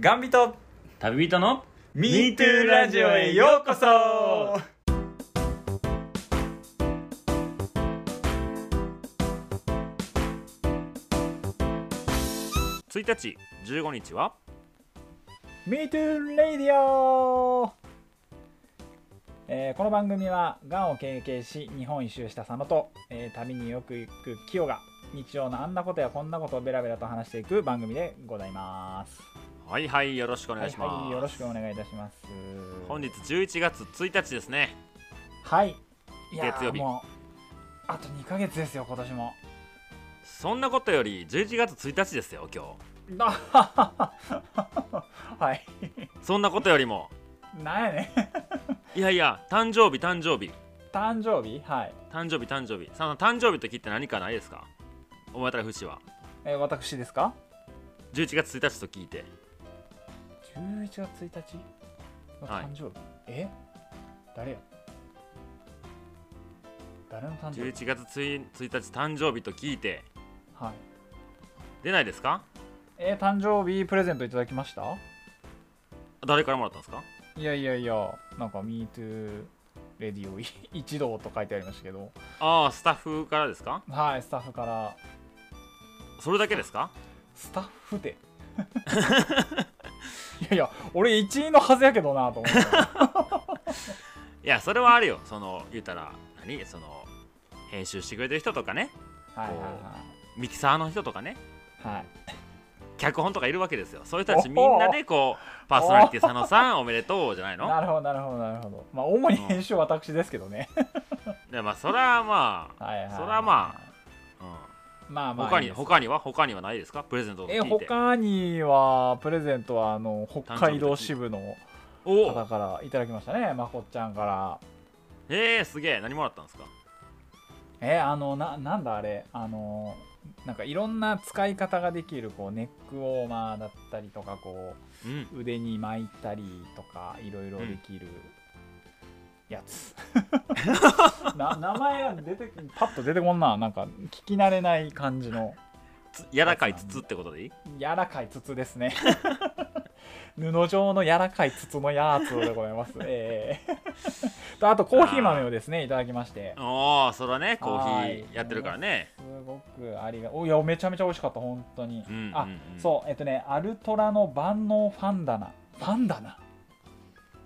ガンビト旅人の MeToo ラジオへようこそ1日15日は MeToo レディオ、えーこの番組はがんを経験し日本一周した佐野と、えー旅によく行く清が日常のあんなことやこんなことをベラベラと話していく番組でございますはいはいよろしくお願いします、はいはい、よろしくお願いいたします本日11月1日ですねはいいやー月曜日もうあと2ヶ月ですよ今年もそんなことより11月1日ですよ今あははははい日そんなことよりもなんやねんいやいや誕生日誕生日 誕生日はい、誕生日誕生日さあ誕生日と聞いて何かないですか思い当たる節はえー私ですか11月1日と聞いて11月1日のはい誕生日、え誰や誰の誕生日11月1日誕生日と聞いてはい出ないですかえー誕生日プレゼントいただきました誰からもらったんですかいやいやいやなんか「MeToo レディオい 一同」と書いてありましたけどああスタッフからですかはいスタッフからそれだけですかスタッフ でいやいや俺一位のはずやけどなと思 っていやそれはあるよその言うたら何その編集してくれてる人とかねはいはいミキサーの人とかねはいはい脚本とかいるわけですよそういう人たちみんなでこうパーソナリティ佐野さんおめでとうじゃないのなるほどなるほどなるほどまあ主に編集は私ですけどねでまあそれはまあ、はいはいはいそれはまうまあんまあ他いいにです他には他にはないですかプレゼントとかえ聞いて他にはプレゼントはあの北海道誕生日の時支部のお方おからいただきましたねまこっちゃんからえー、すげえ何もらったんですかえあのななんだあれあのなんかいろんな使い方ができるこうネックウォーマーだったりとかこうんう腕に巻いたりとかいろいろできるやつ、 な名前が出てきパッと出てこんななんか聞き慣れない感じのつ柔らかい筒ってことでいい柔らかい筒ですね布状の柔らかい筒のやつでございます、ええとあとコーヒー豆をですねいただきましておおそれはねコはいーヒーやってるからねすごくありがおいやめちゃめちゃ美味しかった本当に、うんうんあうんそうえっとねアルトラの万能ファンダナファンダナ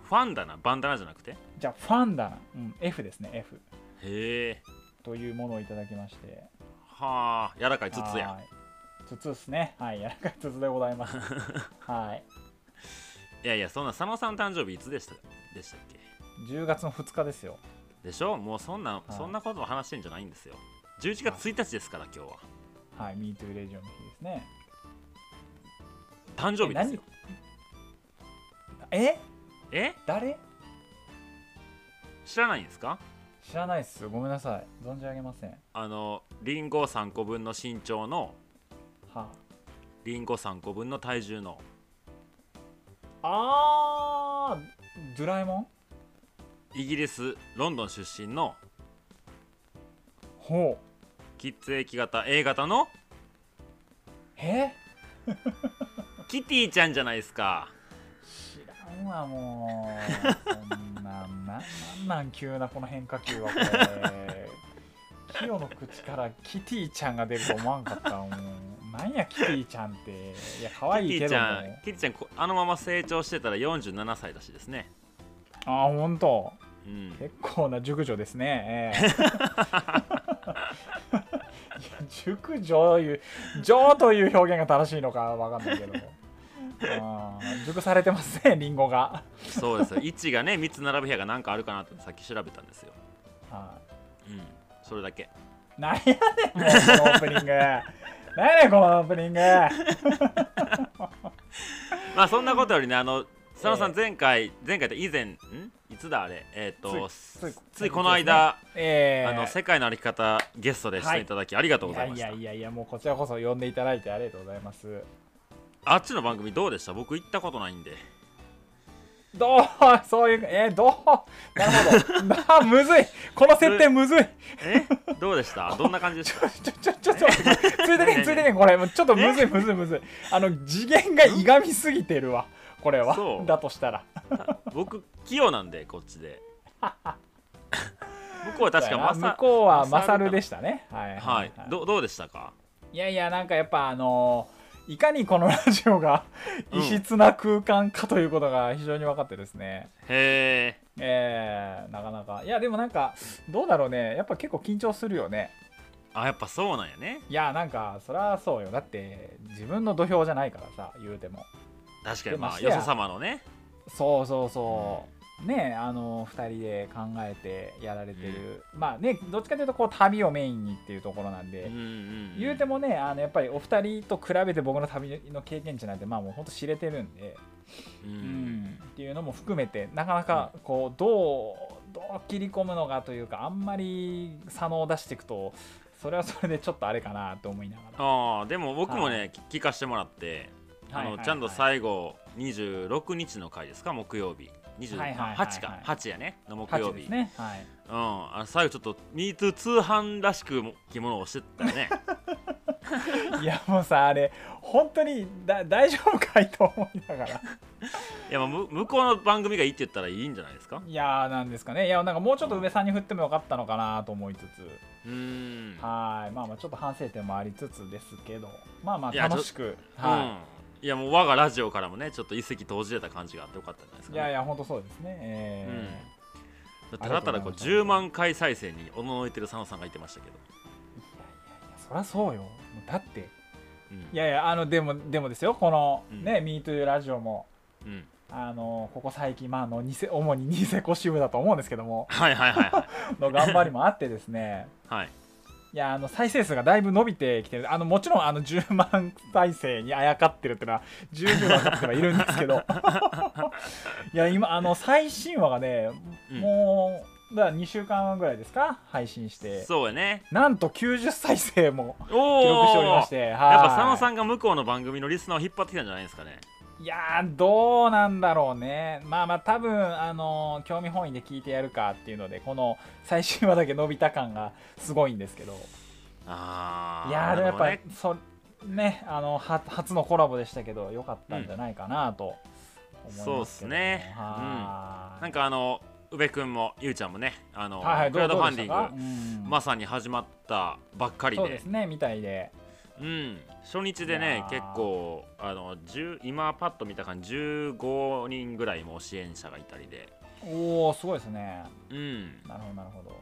ファンだなバンダナじゃなくてへじゃあファンダナ、うん、F ですね F えというものをいただきましてはあ柔らかい筒やはい筒ですねはい柔らかい筒でござい ますはいいやいやそんな佐野さん誕生日いつでしたでしたっけ10月の2日ですよでしょもうそんな、いそんなことの話してんじゃないんですよ11月1日ですから今日ははい MeToo レジオの日ですね誕生日ですよええ誰知らないんですか知らないっすごめんなさい存じ上げませんはあのリンゴ3個分の身長のあリンゴ3個分の体重のあードラえもんイギリスロンドン出身のほう血液型 A 型のえキティちゃんじゃないですか知らんわもうそんなんななんなん急なこの変化球はこれキヨの口からキティちゃんが出ると思わんかったもうなんやキティちゃんっていや可愛キいけティどちもゃんあキティちゃんこあのまま成長してたら47歳だしですねあーほんとうん結構な熟女ですね。ええいや熟女いう「女」という表現が正しいのかわかんないけども。あー熟されてますね、リンゴが。そうですよ位置がね3つ並ぶ部屋が何かあるかなってさっき調べたんですよはうんそれだけいなんやねん、もうこのオープニング。なんやねん、このオープニング。まあそんなことよりねあの佐野さえん前回、前回と以前んいつだあれえっ、とついついついこの間、ええあの世界の歩き方ゲストでしていただき、ありがとうございまいしたやいやいやいや、もうこちらこそ呼んでいただいてありがとうございます。あっちの番組どうでした僕行ったことないんでどうそういうえーどうなるほ どあーむずいこの設定むずいえ どうでしたどんな感じでしちた ょちょちょちょっと待ってついてけんついてけんこれもうちょっとむずいむずいむずいあの次元がいがみすぎてるわこれはそうだとしたら僕器用なんでこっちで 向こうは確かま向さこうはママササルルでしたねはいはいどどうでしたかいやいやなんかやっぱあのーいかにこのラジオがうん異質な空間かということが非常に分かってですね、へええーなかなかいやでもなんかどうだろうねやっぱ結構緊張するよねあやっぱそうなんやねいやなんかそりゃそうよだって自分の土俵じゃないからさ言うても確かでにままあしてよやそ様のねそうそうそうねあの2人で考えてやられてる、まあねどっちかというとこう旅をメインにっていうところなんで、うんうん言うてもねあのやっぱりお二人と比べて僕の旅の経験値なんてまあもうほんと知れてるんで、ううんっていうのも含めてなかなかこうどうどう切り込むのかというかあんまり差能を出していくとそれはそれでちょっとあれかなと思いながら。ああでも僕もね、は聞聞かせてもらって、はいはいあはのいちゃんと最後26日の回ですか木曜日28、はいはいはいはい8か8やねの木8曜で日、すね、はい、うんあの最後ちょっと「MeToo 通販」らしくも着物をしてたよ ねいやもうさあれ本当にだ大丈夫かいと思いながらいや、まあ、む向こうの番組がいいって言ったらいいんじゃないですかいやーなんですかねいやなんかもうちょっと上さんに振ってもよかったのかなと思いつつうーんはいまあまあちょっと反省点もありつつですけどまあまあいやちょ楽しくはうん、いやもう我がラジオからもねちょっと一石投じれた感じがあってよかったんじゃないですい、か、いね、やいや本当そうですね、えただただこうありがと10うございます万回再生におののいてる佐野さんが言ってましたけど、ーいやいやいやそりゃそうよだってうんいやいやあのでもでもですよこのうんね「MeToo、ラジオも」うん、 あのここ最近、まあ、あの偽主にニセコ支部だと思うんですけどもはいはいはいはいの頑張りもあってですねはいいやあの再生数がだいぶ伸びてきてるあのもちろんあの10万再生にあやかってるっていうのは十分分かってはいるんですけど いや今あの最新話がねうんもうだ2週間ぐらいですか配信してそうやねなんと90再生もおお記録しておりましてやっやっぱ佐野さんんが向こうの番組のリスナーを引っ張ってきたんじゃないですかねいやーどうなんだろうねまあまあ多分あの興味本位で聞いてやるかっていうのでこの最新話だけ伸びた感がすごいんですけどああいやーでもやっぱりね、そねあのは初のコラボでしたけど良かったんじゃないかなと思いますけどそうっすねはーいなんかあの宇部君もゆうちゃんもねあの、はいはいどクラうウドどフうァでンしデたィかング、うんまさに始まったばっかりそでうですねみたいでうん、初日でねいやー結構あの10今パッと見た感じ15人ぐらいもう支援者がいたりでおおすごいですねうんなるほどなるほど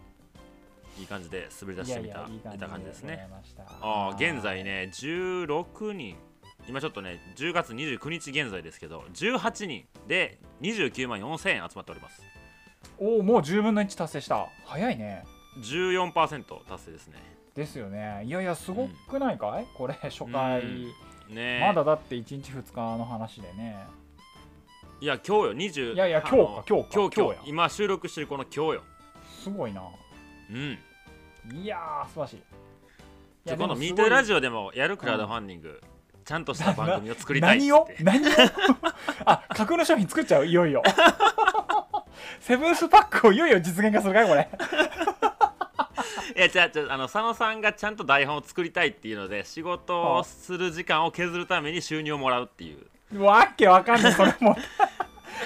いい感じで滑り出してみたいた感じですね。あああ現在。ね16人今ちょっとね10月29日現在ですけど18人で29万4000円集まっておりますおお、もう10分の1達成した。早いね。 14%達成ですねですよね。いやいや、すごくないかい、これ、初回。ねえまだだって1日2日の話でね。いや今日よ20いやいやあ今日かの今日か今今日今日や日今収録してるこの今日よすごいな。うんいやー、素晴らしい。じゃあ今度ミートラジジオでもやるクラウドファンディング、ちゃんとした番組を作りたいっつ何っをて何を あ、架空の商品作っちゃういよい よ。セブンスパックをいよいよ実現化するかいこれ。いやじゃあじゃああの佐野さんがちゃんと台本を作りたいっていうので仕事をする時間を削るために収入をもらうっていうわけわかんない、それも。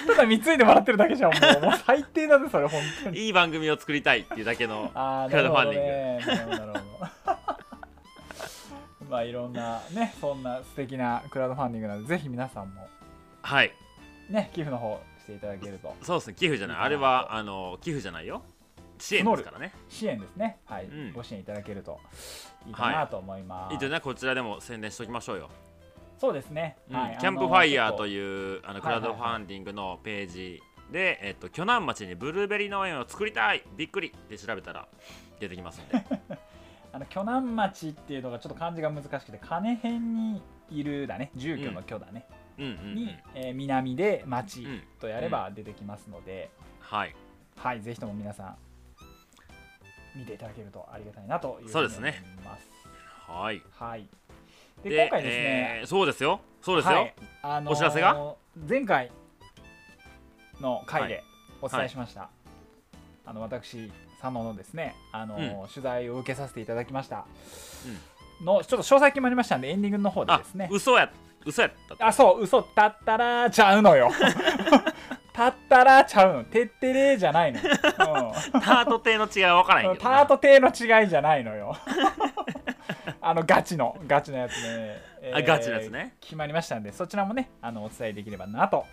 ただ貢いでもらってるだけじゃん。もうもう最低だぜ、それ、本当に。いい番組を作りたいっていうだ けのあークラウドファンディングなるほどねなるほどなるほどまあいろんなねそんな素敵なクラウドファンディングなのでぜひ皆さんもはいね寄付の方していただけるとそうですね寄付じゃないあれはあの寄付じゃないよ支援ですからね支援ですねはい、うんご支援いただけるといいかなと思います、一応ねこちらでも宣伝しておきましょうよ、そうですね、うんはいキャンプファイヤーというあょのっとクラウドファンディングのページで、えっと、鋸南町にブルーベリー農園を作りたいびっくりって調べたら出てきます んであの鋸南町っていうのがちょっと漢字が難しくて金辺にいるだね住居の居だね、うんうん、うにん、えー南で町うんとやれば出てきますので、はいはい、ぜひとも皆さん見ていただけるとありがたいなというふにそうですね思います。はいはい。で今回ですね、えーそうですよそうですよ、はい、あのーお知らせが前回の回はでお伝えしました、あの私佐野のですねあの、う取材を受けさせていただきました、のちょっと詳細決まりましたんでエンディングの方であですね嘘や嘘やったあそう嘘たったらーちゃうのよたったらーちゃうのてってれーじゃないの、うんタート亭の違いは分からへんけどパ なート亭の違いじゃないの よあのガチのガチのやつね、えあガチのやつね決まりましたんでそちらもねあのお伝えできればなと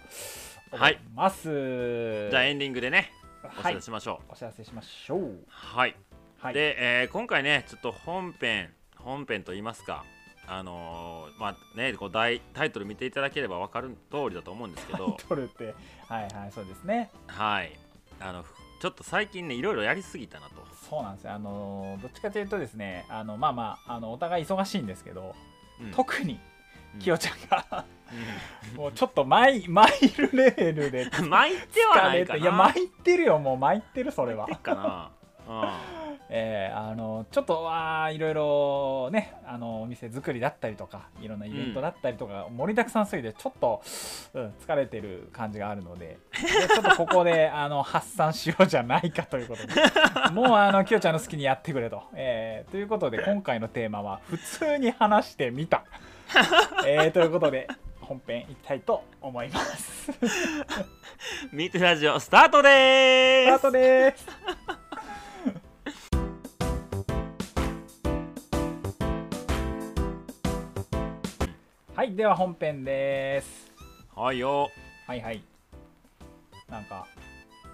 思います、はい、じゃあエンディングでねお知はいらせしましょうお知らせしましょうはい、はいで、えー今回ねちょっと本編本編と言いますかあのーまあねこう大タイトル見ていただければ分かる通りだと思うんですけど 取るってはいはいそうですねはいあのちょっと最近ねいろいろやりすぎたなとそうなんですよあのどっちかというとですねあのまあまああのお互い忙しいんですけど、うん特にうんきよちゃんが、 うもうちょっとマイマイルレベルでん 巻いてはないかな や参ってるよもう参ってるそれは巻いてっかなえーあのちょっとあーいろいろねあのお店作りだったりとかいろんなイベントだったりとか、盛りだくさんすぎてちょっと、うん、疲れてる感じがあるのででちょっとここであの発散しようじゃないかということでもうあのきよちゃんの好きにやってくれと、えーということで今回のテーマは「普通に話してみた」えーということで本編いきたいと思います。うんミートラジオスタートでスタートーすです。 はい、では本編です。はいよはいはい。なんか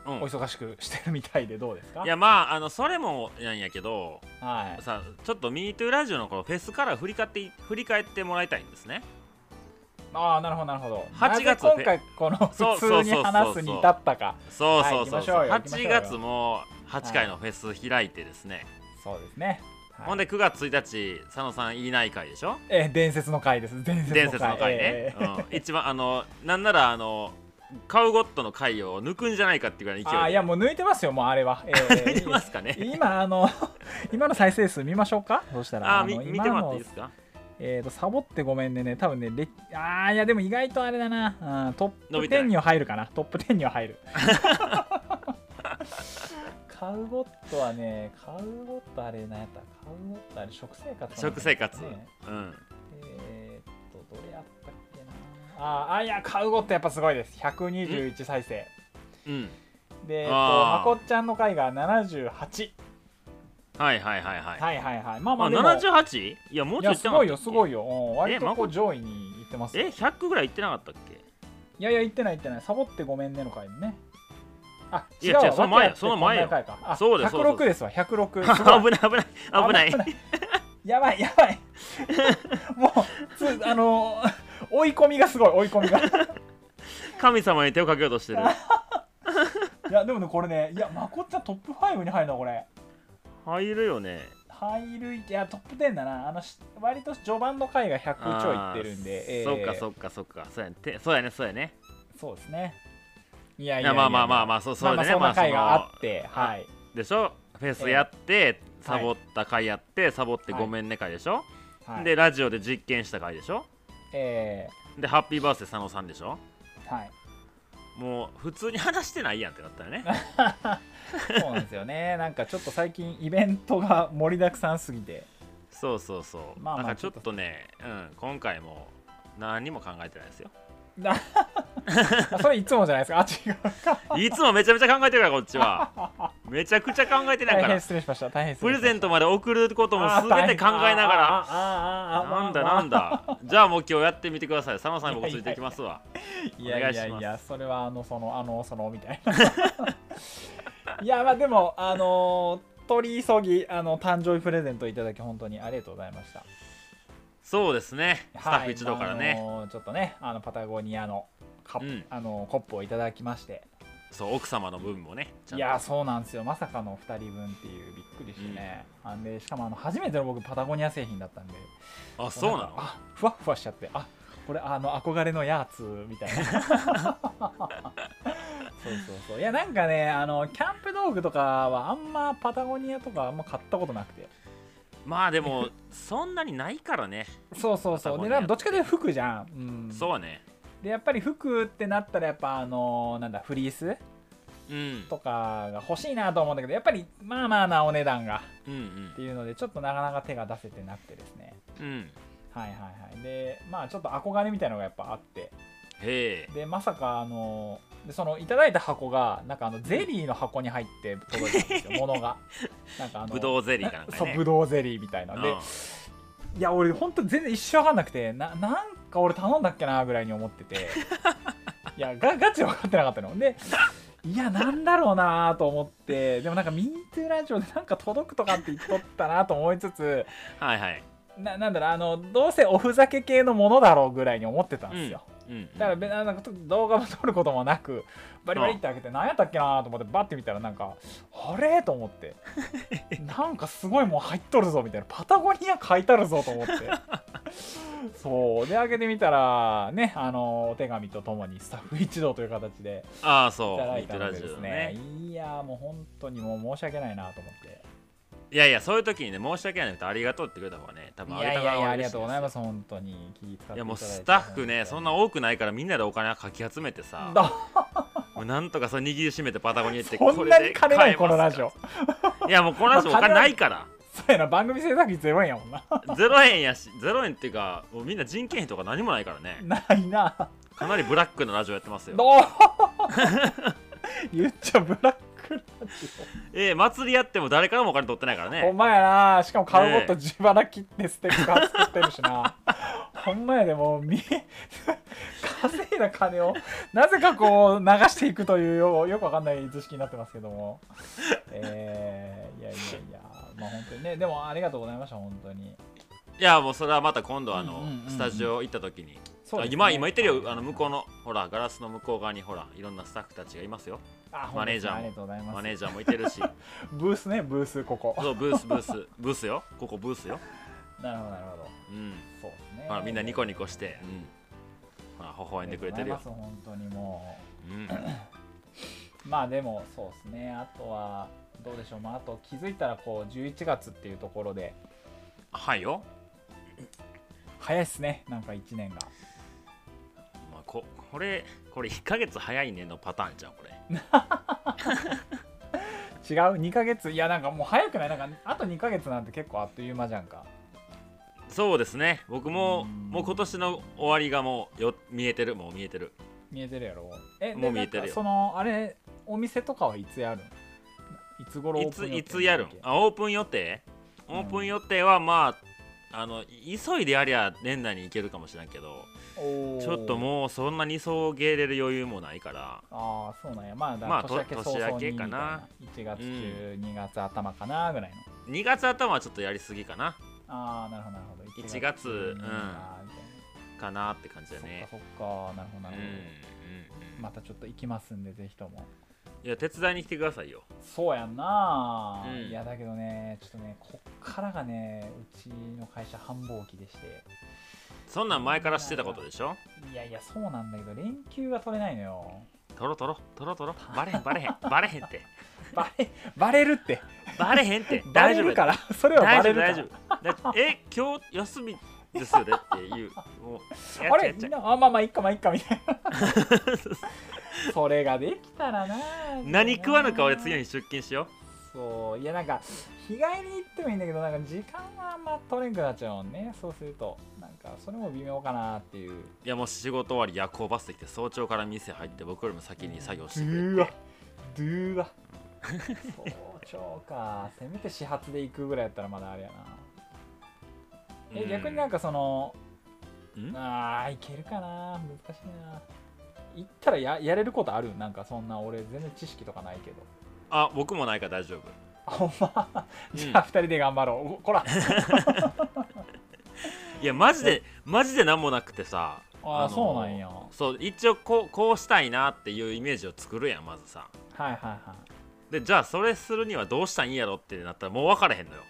うんお忙しくしてるみたいでどうですか？いやまああのそれもなんやけどはい。さちょっと「MeToo ラジオ」のこのフェスから振り返って振り返ってもらいたいんですねああ、なるほどなるほど。 8月なぜ今回このそう普通に話すに至ったか。そはういそ行うきそまうしそう、ょうよ行きましょ8うよ月も8回のフェス開いてですね、そうですね。はいほんで9月1日佐野さんいない回でしょえー伝説の回です。伝説の回。伝説の回ねえ、ーうん、一番あのなんならあのカウゴットの回を抜くんじゃないかっていうぐらいの勢いあでーいやもう抜いてますよもうあれは。えー 抜いてますかね今あの 今の再生数見ましょうかそしたらあーみの見てもらって今のいいですかえーとサボってごめんねね多分ねれあーいやでも意外とあれだな、うん、トップ伸びてな10いには入るかなトップ10には 入るカウゴットはねカウゴットあれ何やったカウゴットあれ食生活かな食生活、ねうんえーっとどれやったっけなあーあいやカウゴットやっぱすごいです121再生うんで、えーっとまあーこっちゃんの回が78はいはいはいはい、はいはいはい。まあままああ、でも、 78? いやもういちょやいすごいよすごいいよ。うん割とこえまこう上位に行ってますよ。え100ぐらいいってなかったっけいやいや行ってない行ってない。サボってごめんねの回もね。あい違やうわ違うその訳あ前ってその前よこんな回かあそうですそうです106ですわ106。すごい 危ない危ない危ない危 ない。やばいやばい。もうつあのー追い込みがすごい追い込みが。い神様に手をかけようとしてるやでもねこれねいやまこっちゃんトップ5に入るなこれ。入るよね入るいやトップ10だなあのし割と序盤の回が100ちょいいってるんで、あーそっかそそっかそっかそうやねてそうやねそうやねそうですねいやいいやいややまあまあまあまあそうそうまであ、ねそんまなあそ会があっのて、はい、でしょフェスやってサボった回やってサボってごめんね回でしょはい、でラジオで実験した回でしょえでハッピーバースデー佐野さんでしょーはい、もう普通に話してないやんってなった よねそうなんですよね、なんかちょっと最近、イベントが盛りだくさんすぎて、そうそうそうまあまあだからちょっとねうん今回も何にも考えてない ですよなあそれいつもじゃないですか、あ違うか、いつもめちゃめちゃ考えてるからこっちはめちゃくちゃ考えてな大いか 変ら失礼しました、大変失プ礼レしまゼしントまで送ることたも全て考えながららなんだなんだじゃあもう今日やってみてください佐野さんに僕ついていきますわいやいお願やいしいまや、それはあの、その、あの、その、みたいな。いや、まあでも、あのー取り急ぎ、あの、誕生日プレゼントいただき、本当にありがとうございました。そうですねスタッはフい一同からね、あのーちょっとねあのパタゴニアのカップ、うんあのーコップをいただきましてそう奥様の分もねちゃいんとやーそうなんですよまさかの2人分っていうびっくりしてね、あんでしかもあの初めての僕パタゴニア製品だったんであそうななんかのあふわっふわしちゃってあこれあの憧れのやつみたい なそうそうそういやなんかねあのキャンプ道具とかはあんまパタゴニアとかあんま買ったことなくてまあでもそんなにないからねそうそうそパタうゴニでアなんかどっちかというと服じゃん、うん、そうねでやっぱり服ってなったらやっぱあのなんだフリースうんとかが欲しいなと思うんだけどやっぱりまあまあなお値段がうんっていうのでちょっとなかなか手が出せてなくてですねうんうんはいはいはいでまあちょっと憧れみたいなのがやっぱあってへえでまさかあのでそのいただいた箱がなんかあのゼリーの箱に入って届いたんですよ物がなんかあ のぶどうゼリーかなんかそうねぶどうゼリーみたいなで、うんいや俺ほんと全然一生分かんなくてななんか俺頼んだっけなぐらいに思ってていやガガチで分かってなかったのでいやなんだろうなと思ってでもなんか「ミントゥーラジオ」でなんか届くとかって言っとったなと思いつつはいはいななんだろうあのどうせおふざけ系のものだろうぐらいに思ってたんですよ、うんだからべなんか動画も撮ることもなくバリバリって開けて何やったっけなと思ってバッて見たらなんかあれと思って なんかすごいもう入っとるぞみたいなパタゴニア書いてあるぞと 思ってそうで開けてみたらねあのお手紙とともにスタッフ一同という形でああいそたうだミいーたトのラでジですオねねいやーもう本当にもう申し訳ないなと思っていやいやそういう時にね申し訳ないけどありがとうってくれた方がね多分いやいやいやありがとうございますます本当に気使っていただいいてやもうスタッフねそんな多くないからみんなでお金をかき集めてさだもうなんとかそれ握りしめてパタゴニア行ってそんなに金ないこのラますジオいやもうこのラジオお金ないからそうやな番組制作費ゼロ円やもんな0円やし0円っていうかもうみんな人件費とか何もないからねないなかなりブラックなラジオやってますよどう 言っちゃブラックラジええ祭りやっても誰からもお金取ってないからオほねんまやなしかもカウボット自腹切ってステッカー作ってるし なほんまやでもうみ 稼いだ金をなぜかこう流していくというよよくわかんない図式になってますけどもえー、いやいやいやまあ本当にねでもありがとうございました本当にいやもうそれはまた今度あうの、んうんうんうんスタジオ行った時にそうですね今今言ってるよあの向こうのほらガラスの向こう側にほらいろんなスタッフたちがいますよあマネージャーも本当にありがとうございますマネージャーもいて るしブースねブースここそうブースブースブースよここブースよなるほどなるほどうんそうですねほらみんなニコニコして、うん、ほら微笑んでくれてるあよりがとうございます本当にもううんまあでもそうですねあとはどうでしょう、まあ、あと気づいたらこう11月っていうところではいよ、早いっすねなんか1年がまあ、ここれこれ1ヶ月早いねのパターンじゃんこれ違う2ヶ月いやなんかもう早くないなんかあと2ヶ月なんて結構あっという間じゃんかそうですね僕もうんもう今年の終わりがもうよ見えてるもう見えてる見えてるやろえでもう見えてるよなんかそのあれお店とかはいつやるんいつ頃オいープンつ予定いつやるんだっけあオープン予定オープン予定はまああの急いでやりゃ年内に行けるかもしれんけどおーちょっともうそんなに急げれる余裕もないからああそうなんやまあだまあ年明けと早々に年明けかなみたいな1月中、2月頭かなぐらいの2月頭はちょっとやりすぎかなああなるほどなるほど1月中うんみたいなかなって感じだねそっかそっかなるほどうなんるうほんど、うんまたちょっと行きますんでぜひともいや手伝いに来てくださいよそうやんな、うんいやだけどねちょっとねこっからがねうちの会社繁忙期でしてそんなん前からしてたことでしょいやいやそうなんだけど連休が取れないのよ トロトロトロトロバレへんバレへんバレへんってバレバレるってバレへ んってバ大レ丈る夫やってからそれはバ大丈レ夫るから大丈夫だってえ今日休みですよねっていうもうあやっちゃえれやっちみゃんえなあまあまあいっかまあいっかみたい なそれができたらな何食わぬか俺次の日出勤しよそういやなんか日帰りに行ってもいいんだけどなんか時間はあんま取れんくなっちゃうもんねそうするとなんかそれも微妙かなっていうういやもう仕事終わり夜行バスで来て早朝から店入って僕よりも先に作業してくれてうわドゥーわ早朝かせめて始発で行くぐらいやったらまだあれやなえうん逆になんかそのんあーいけるかな難しいな行ったらややれることあるなんかそんな俺全然知識とかないけどあ僕もないから大丈夫あほんまうんじゃあ2人で頑張ろうお こらいやマジでマジで何もなくてさあのあそうなんやそう一応こうこうしたいなっていうイメージを作るやんまずさはいはいはいでじゃあそれするにはどうしたらいいんやろってなったらもう分からへんのよ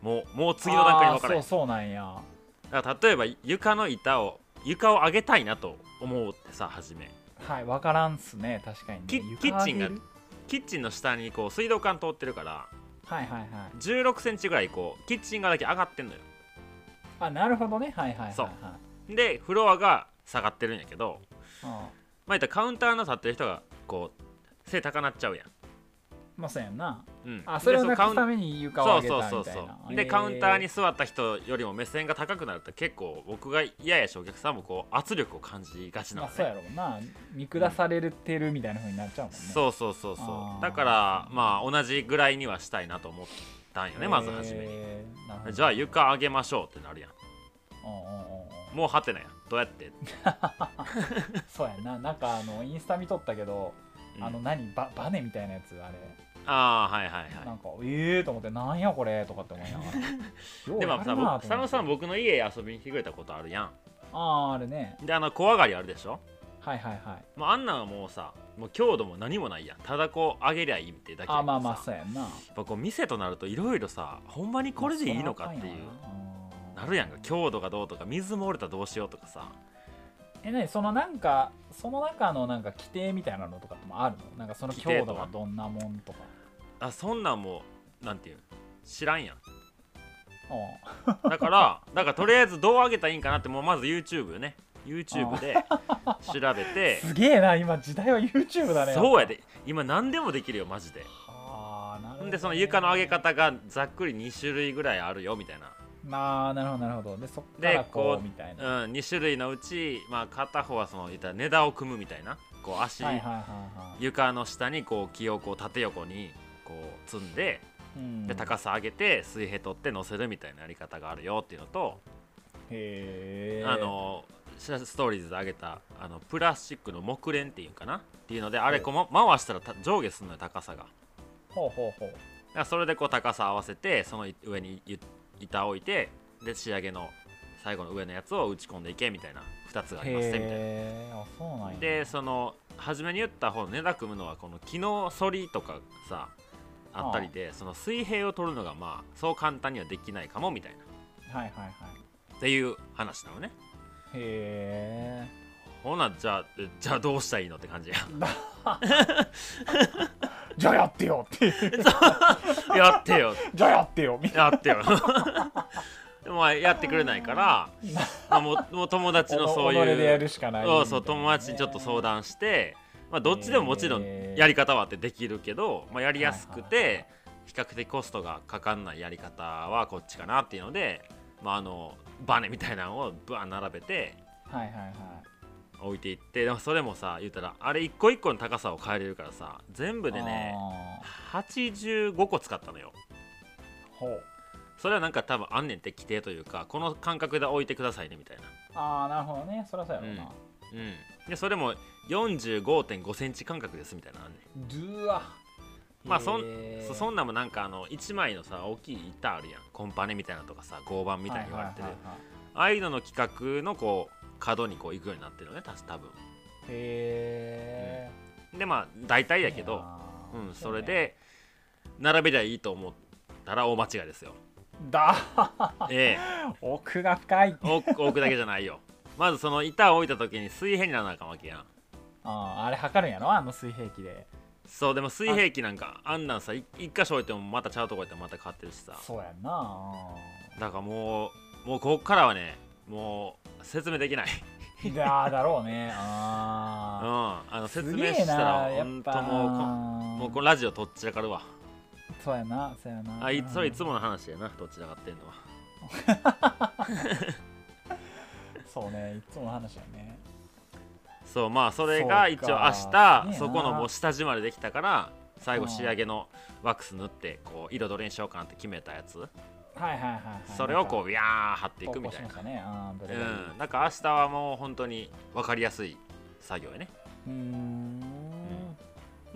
もうもう次の段階に分からへあーんそうそうなんやだから例えば床の板を床を上げたいなと思うってさ初めはい分からんっすね確かにねキ床キッチンが上げるキッチンの下にこう水道管通ってるからはいはいはい1 6センチぐらいこうキッチンがだけ上がってんのよあなるほどねはいはいはいそはうでフロアが下がってるんやけどいあまあ言ったらカウンターの立ってる人がこう背高なっちゃうやん、まあそうやんなうん、あそれをでなカウくンすために床をそ上うげそうたみたそういなそうでカウンターに座った人よりも目線が高くなると結構僕が嫌やしお客さんもこう圧力を感じがちなまあのそうやねろうな見下されてるみたいな風になっちゃうもんねそうそうそうあそーうだからまあ同じぐらいにはしたいなと思ったんよねまず初めにえーなるほどじゃあ床上げましょうってなるやんうんうんうんうんもうはてなやんどうやって、そうやんななんかあのインスタ見とったけど、うんあの何ババネみたいなやつあれ、ああはいはいはいなんかええー、と思ってなんやこれとかって思いな がらようでやもるなさ僕と思って佐野さん僕の家遊びに来てくれたことあるやあああるねんであの怖がりあるでしょはいはいはいもうあんなんはもうさもう強度も何もないやんただこう上げりゃいいってだけやあからまあまあさそうやんなやっぱこう店となるといろいろさほんまにこれでいいのかっていまうあそらあかんよななるやんか強度がどうとか水漏れたらどうしようとかさえ何そのなんかその中のなんか規定みたいなのとかってもあるのなんかその規定強と度はがどんなもんとかあそんなんもうなんていうん知らんやんうんだからだからとりあえずどう上げたらいいんかなってもうまず YouTube よね YouTube で調べてすげえな今時代は YouTube だねそうやで今何でもできるよマジではあなるほどほねんでその床の上げ方がざっくり2種類ぐらいあるよみたいなまあなるほどなるほどでそっからでここううみたいなはうん、2種類のうち、まあ、片方はその言ったら根田を組むみたいなこう足、いはいはいはい床の下にこう木をこう縦横にこう積んでうんで高さ上げて水平取って乗せるみたいなやり方があるよっていうのと、へえあのしらストーリーズで上げたあのプラスチックの木蓮っていうかなっていうのであれこう、ま、回したらた上下するのよ高さがだかほうほうほうらそれでこう高さ合わせてそのい上にい板を置いてで仕上げの最後の上のやつを打ち込んでいけみたいな2つがありますねみたいな。へえあそうなんやでその初めに言った方の根田組むのはこの木の反りとかさあったりでその水平を取るのがまあそう簡単にはできないかもみたいなはいはいはいっていう話なのねへえほなじゃあえじゃあどうしたらいいのって感じやじゃあやってよっていう やってよじゃあやってよみたいやってよでもまあやってくれないから、まあ、もうもう友達なの そうい己でやうるしかないそうそう友達にちょっと相談して、まあ、どっちでももちろんやりり方はあってできるけど、まあ、やりやすくて比較的コストがかかんないやり方はこっちかなっていうので、まあ、あのバネみたいなのをブワン並べてはいはいはい置いていってでもそれもさ言ったらあれ一個一個の高さを変えれるからさ全部でねあ85個使ったのよーほうそれはなんか多分あんねんって規定というかこの間隔で置いてくださいねみたいなああなるほどねそりゃそうやろうな、うんでそれも45.5センチ間隔ですみたいなのあんねんドゥーわまあそんへーそそんなんもなんかあの1枚のさ大きい板あるやんコンパネみたいなのとかさ合板みたいに言われてる、はいはいはいはいああいうのの企画のこう角にこう行くようになってるのねた多分へでまあ大体えやけどうんそれで並べりゃいいと思ったら大間違いですよだ え奥が深いえお 置くだけじゃないよまずその板を置いた時に水平にならなあかんわけやんあーあれ測るんやろあの水平器でそうでも水平器なんかあんなんさい一箇所置いてもまたちゃうとこ置いてもまた変わってるしさそうやんなあだからもうもうこっからはねもう説明できないーいやー だろうねあうん、あのあ説明したらやっ本ぱ当もうこもうこのラジオとっちらかるわそうやなそうやなあいそれいつももの話やなどっちらかってんのはそうねいつもの話やねそうまあそれがそう一か応明いい日なそこのもう下地までできたから最う後ん仕上げのワックス塗ってこう彩りにしようかなって決めたやつはいはいはい、はい、それをこなんかうビャー貼ってい投くみ稿たしいまなしたねあーどれがいいうんだから明日はもう本当に分かりやすい作業やねうーん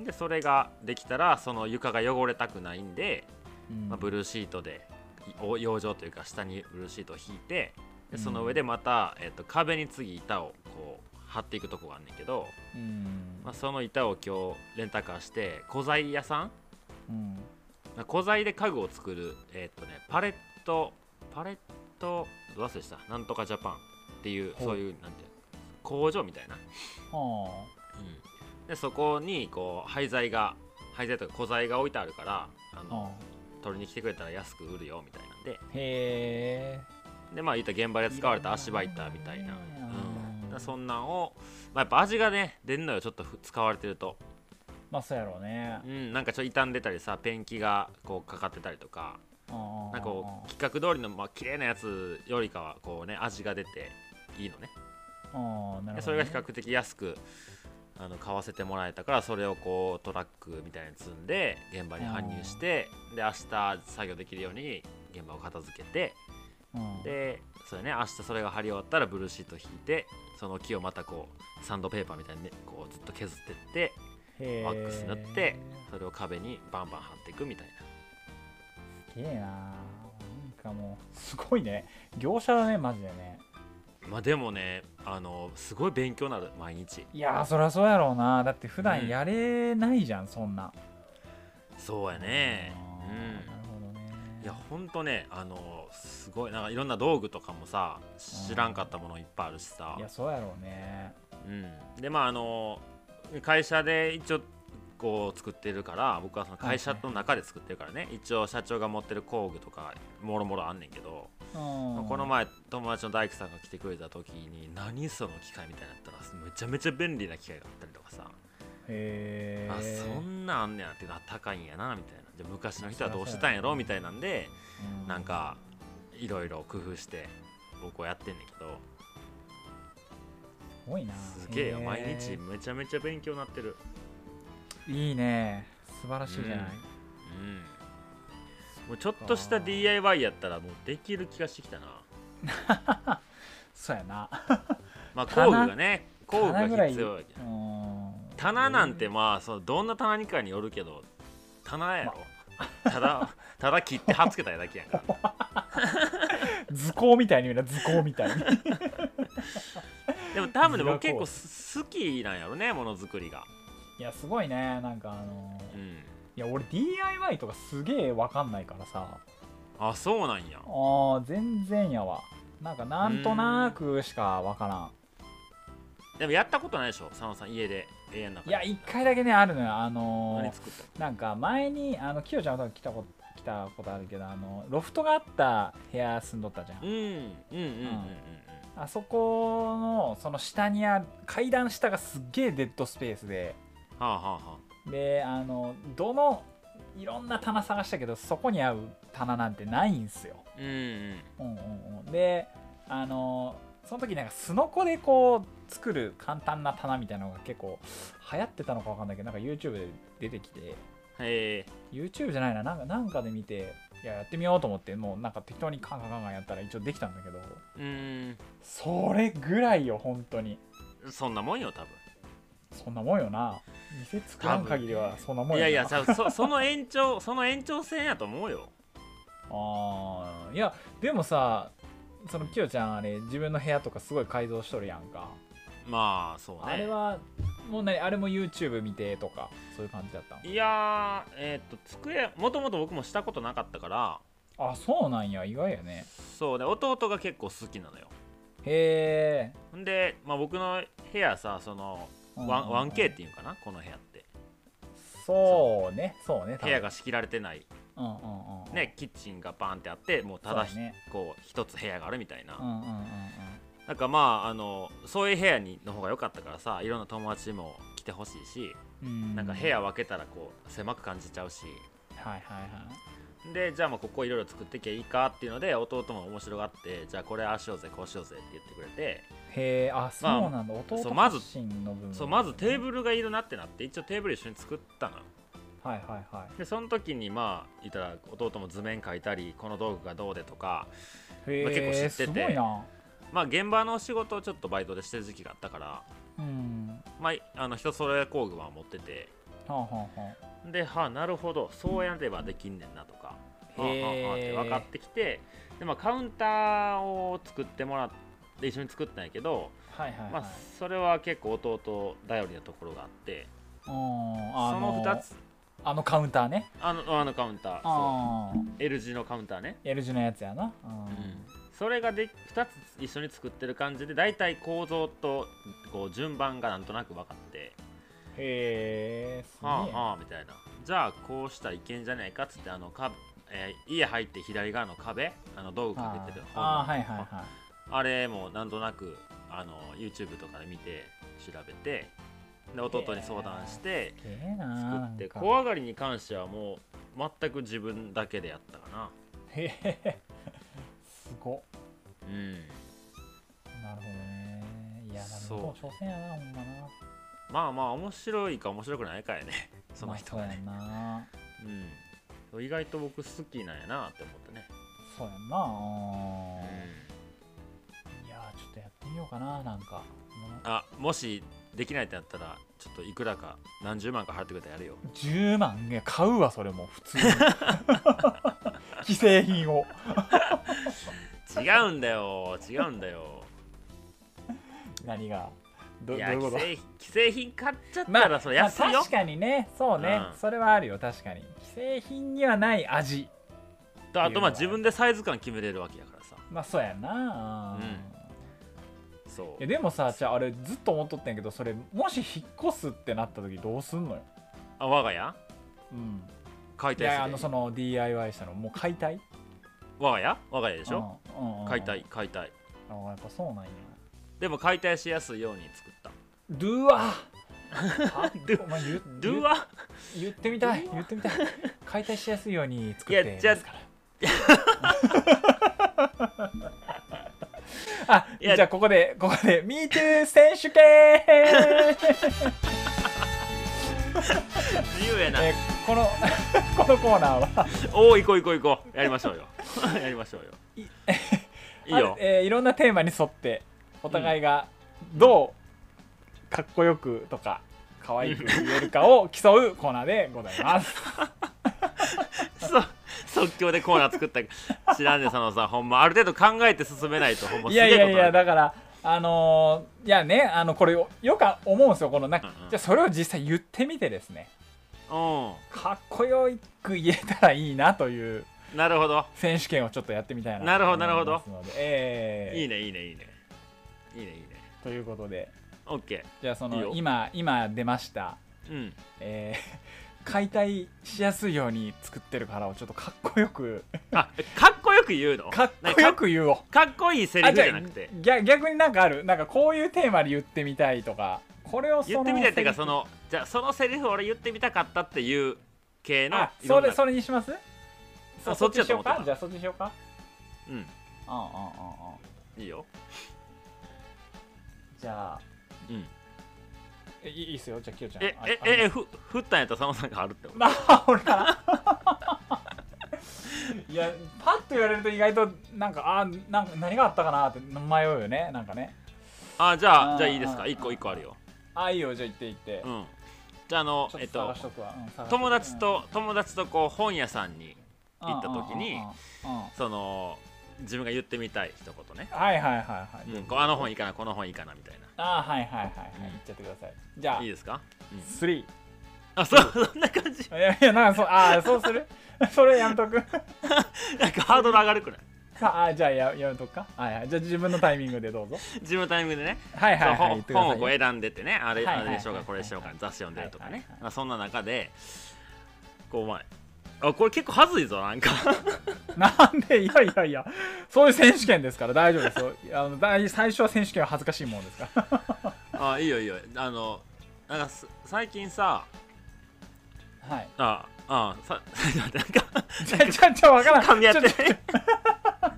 でそれができたらその床が汚れたくないんでうんまあ、ブルーシートでいお養生というか下にブルーシートを引いてでその上でまた、えっと壁に次板をこう貼っていくとこがあんねんけど、うんまあ、その板を今日レンタカーして古材屋さんうんまあ古材で家具を作る、えっとね、パレットパレットどう忘れしたなんとかジャパンっていうほうそういうなんていう工場みたいな、はうん、でそこにこう廃材が廃材とか古材が置いてあるからああの、はあ取りに来てくれたら安く売るよみたいなんでへえでまあ言ったら現場で使われた足場板みたいな、いらんねうん、そんなんを、まあ、やっぱ味がね出んのよちょっとふ使われてると、まあそうやろうねうん、なんかちょっと傷んでたりさペンキがこうかかってたりとかななんかこう企画通りのまあ綺麗なやつよりかはこうね味が出ていいのねあーなるほどねでそれが比較的安くあの買わせてもらえたからそれをこうトラックみたいに積んで現場に搬入してで明日作業できるように現場を片付けてうんでそうやね明日それが貼り終わったらブルーシート引いてその木をまたこうサンドペーパーみたいにねこうずっと削ってってへーワックス塗ってそれを壁にバンバン貼っていくみたいなすげえななんかもうすごいね業者だねマジでねまあでもねあのすごい勉強になる毎日いやーそりゃそうやろうなだって普う段んやれないじゃん、そんなそうやねあうーんなるほどねいやほんとねあのすごいなんかいろんな道具とかもさ知らんかったものいっぱいあるしさいや、そうやろうねうん、でまああの会社で一応こう作ってるから僕はその会社の中で作ってるからね、一応社長が持ってる工具とかもろもろあんねんけど、うんこの前友達の大工さんが来てくれた時に何その機械みたいになったらめちゃめちゃ便利な機械があったりとかさ、へあえそんなんあんねやってな高いんやなみたいなじゃあ昔の人はどうしてたんやろみたいなんで。なんかいろいろ工夫して僕はやってんねんけどすごいなすげえよへ毎日めちゃめちゃ勉強になってるいいね素晴らしいじゃない、うんうんもうちょっとした DIY やったらもうできる気がしてきたなそうやなまあ工具棚がね工具が必要やけどうん棚なんてまあそのどんな棚にかによるけど棚やろ、た だただ切って貼っつけただけやんから図工みたいに言うな図工みたいに でも多分ね僕図が結こう構す好きなんやろねものづくりがいやすごいねなんかあのうーいんや俺 DIY とかすげえわかんないからさあそうなんやあー全然やわなんかなんとなくしかわからんでもやったことないでしょ佐野さん家で部屋の中でいや一回だけねあるのよあのー何作ったのなんか前にあのキヨちゃんのとこ来たこと来たことあるけどあのロフトがあった部屋住んどったじゃん、うんうんうんうんうんあそこのその下にある階段下がすっげえデッドスペースではあはあはであのどのいろんな棚探したけどそこに合う棚なんてないんすよ、あうんうんうんうんうん、であのその時なんかすのこでこう作る簡単な棚みたいなのが結構流行ってたのかわかんないけどなんか YouTube で出てきてへえ YouTube じゃないななんかなんかで見ていややってみようと思ってもうなんか適当にカンカンカンカンやったら一応できたんだけどうんそれぐらいよ本当にそんなもんよ多分そんなもんよな店作らん限りはそんなもんよないやいやさ そその延長その延長線やと思うよあーいやでもさそのきよちゃんあれ自分の部屋とかすごい改造しとるやんか、まあそうねあれはもう何あれも YouTube 見てとかそういう感じだったいやーえーっと机もともと僕もしたことなかったからのあそうなんや意外やねそうね弟が結構好きなのよへえんで、まあ、僕の部屋さそのワン 1K っていうのかなこの部屋ってそうねそうね多分部屋が仕切られてないうんうんうんねキッチンがバンってあってもうただひそうやねこう一つ部屋があるみたいな、うんうんうんうんなんかまああのそういう部屋にの方が良かったからさいろんな友達も来てほしいし、うんなんか部屋分けたらこう狭く感じちゃうしはいはいはいでじゃあもうここいろいろ作ってきゃいいかっていうので弟も面白がってじゃあこれああしようぜこうしようぜって言ってくれて、へえあそうなんだ、弟そうまず発信の部分そうまずテーブブルがいるなってなって一応テーブル一緒に作ったのルはいはいはでその時にまあいたら弟も図面描いたりこの道具がどうでとかいへえ、まあ結構知っててすごいなまあ現場の仕事をちょっとバイトでしてる時期があったからうんまああの人揃え工具は持っててはあはあはあではあなるほどそうやればできんねんなとか、はあはあはあってへー分かってきてで、まあ、カウンターを作ってもらって一緒に作ったんやけど、はいはいはい、まあ、それは結構弟頼りなところがあってうんそあの2つあのカウンターねあのあのカウンターそうあ L 字のカウンターね、 L 字のやつやな、うんそれがで2つ一緒に作ってる感じで大体構造とこう順番がなんとなく分かって。へえすげえ、はあはあみたいなじゃあこうしたらいけんじゃないかっつってあのか、えー家入って左側の壁あの道具かけてるあー方はいはいはいあれもなんとなくあの YouTube とかで見て調べてで弟に相談してすげえ作なっーてなんか小上がりに関してはもう全く自分だけでやったかなへへへ すごっうんなるほどねいやなるそほうど所詮やなほんまなまあまあ面白いか面白くないかやね その人がね、まあうんそう意外と僕好きなんやなって思ってね、そうやんなそうやんなーいやーちょっとやってみようかななんかもあもしできないってなったらちょっといくらか何十万か払ってくれたらや るよう10万ね買うわそれもう普 通に既製品を違うんだよ違うんだよ何が どどいうやいうこ既と製既製品買っちゃったらそれ安いまあよ、確かにねそうね、うんそれはあるよ確かに既製品にはない味とあとまあってい自うのは分でサイズ感決めれるわけやからさまあそうやな、うんいそうやでもさじゃああれずっと思っとったんやけどそれもし引っ越すってなった時どうすんのよ、あ我が家うん、解い体するやあのその DIY したのもう解体我が家我が家ででしょ、、うんうん解体解体あやっぱそうなんやでも解体しやすいように作ったドゥワ Do- お前言ドゥは言言ってみたい Do 言ってみたい解体しやすいように作っていやじゃあますから あいやじゃあここでここで「MeToo 選手 権」自由やなえーこの このコーナーはおお行こう行こう行こうやりましょ うよやりましょうよいいいよあるえーいろんなテーマに沿ってお互いがどうかっこよくとか可愛く言えるかを競うコーナーでございますそ即興でコーナー作った知らんねそのさほんまある程度考えて進めないとほんまいすやげいえことやにいなやるだからあのーいやねあのこれよよく思うんですよこのなんかうんうんじゃあそれを実際言ってみてですねうかっこよく言えたらいいなという。んなるほど選手権をちょっとやってみたいななるほどなるほどと思いますのでえーいいねいいねいいねいいねいいねということでオッケじゃあそいいのよ今今出ましたーうんえー 解体しやすいように作ってるからをちょっとかっこよくあかっこよく言うのかっなんこよく言おうかっこいいセリフじゃなくて逆逆になんかあるなんかこういうテーマで言ってみたいとかこれをそ言のってみたいっていうかそののじゃあそのセリフ俺言ってみたかったっていう系のあいろそんなれそれにしますそそあそっっちちしだとよ思うってたかじゃあそっちしようかうんうんうんうんうんいいよじゃあうんえいいいいっすよじゃあきよちゃんえあえあええふ振ったんやったら佐野さんがあるってことなあほらいやパッと言われると意外となんかあーなんか何があったかなって迷うよねなんかねあじあゃーあじゃあいいですかあー一個一個あるよああいいよじゃあ行って行って、うんじゃああのちえょっっとと探しとくわ、うん探しとく友達と友達とこう本屋さんにうん行った時にうんうんうんうんその自分が言ってみたい一言ね、はいはいはいはい、うん、こうあの本いいかなこの本いいかなみたいあーはいはいはいはい、うん言っちゃってくださいじゃあないいですか、うん、 3いあそうそんな感じやいやなんかそうああそうするそれやめとくなんかハードル上がるくないさ あーじゃあややめとくかはいはいじゃあ自分のタイミングでどうぞ 自分のタイミングでねはいはいはい言そっうてくださ本本いをこう選んでてねあはいはれ,、いはいあれでしょうかこれでしょうはかい雑誌読んでるとかね、はいはいはいまあ、そんな中でこうまああこれ結構はずいぞなんかなんでい やいやいやそういう選手権ですから大丈夫ですよあの大最初は選手権は恥ずかしいもんですからあいいよいいよあのなんかす最近さ はいああさ なんかじゃあじゃあじゃあ分からん噛み合ってちょちょちょ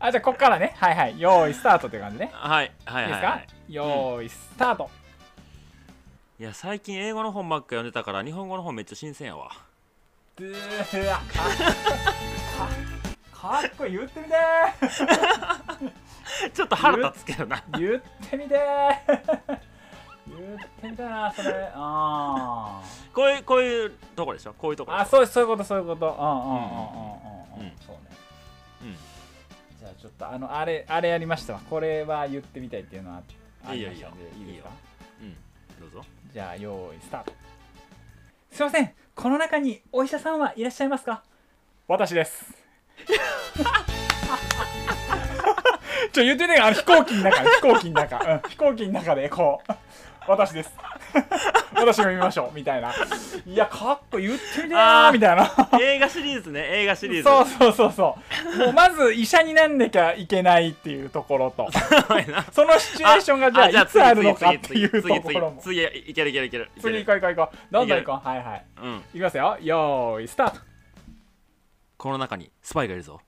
あじゃあこっからねはいはい用意スタートって感じねはいはいいいはでい、すはかい、用意スタートいや最近英語の本ばっか読んでたから日本語の本めっちゃ新鮮 やわうーわかかかっこいい言ってみてーちょっと腹立つけどな言ってみてー言ってみたいなそれあー こういうこういうとこでしょこういうとこでしょあそうそういうことそういうことうんうんうんうんうんうん、うんそうねうんじゃあちょっとあのあれあれやりましたわこれは言ってみたいっていうのはあいいりよましたんでいいいいですよかいいようん どうぞじゃあ用意スタートすいませんこの中にお医者さんはいらっしゃいますか私です ちょ言ってねあの飛行機の中飛行機の中、うん飛行機の中でこう私です私 私も見ましょうみたいないやかっこいい言ってみてーみたいな映画シリーズね映画シリーズそうそうそうそうもうまず医者になんなきゃいけないっていうところ とそうやなそのシチュエーションがじゃあいつあるのかっていうところも次次次次いけるいけるいけるいけ次行るこう行こう行こうどんどん行こうはいはいうんいきますよよーいスタートこの中にスパイがいるぞ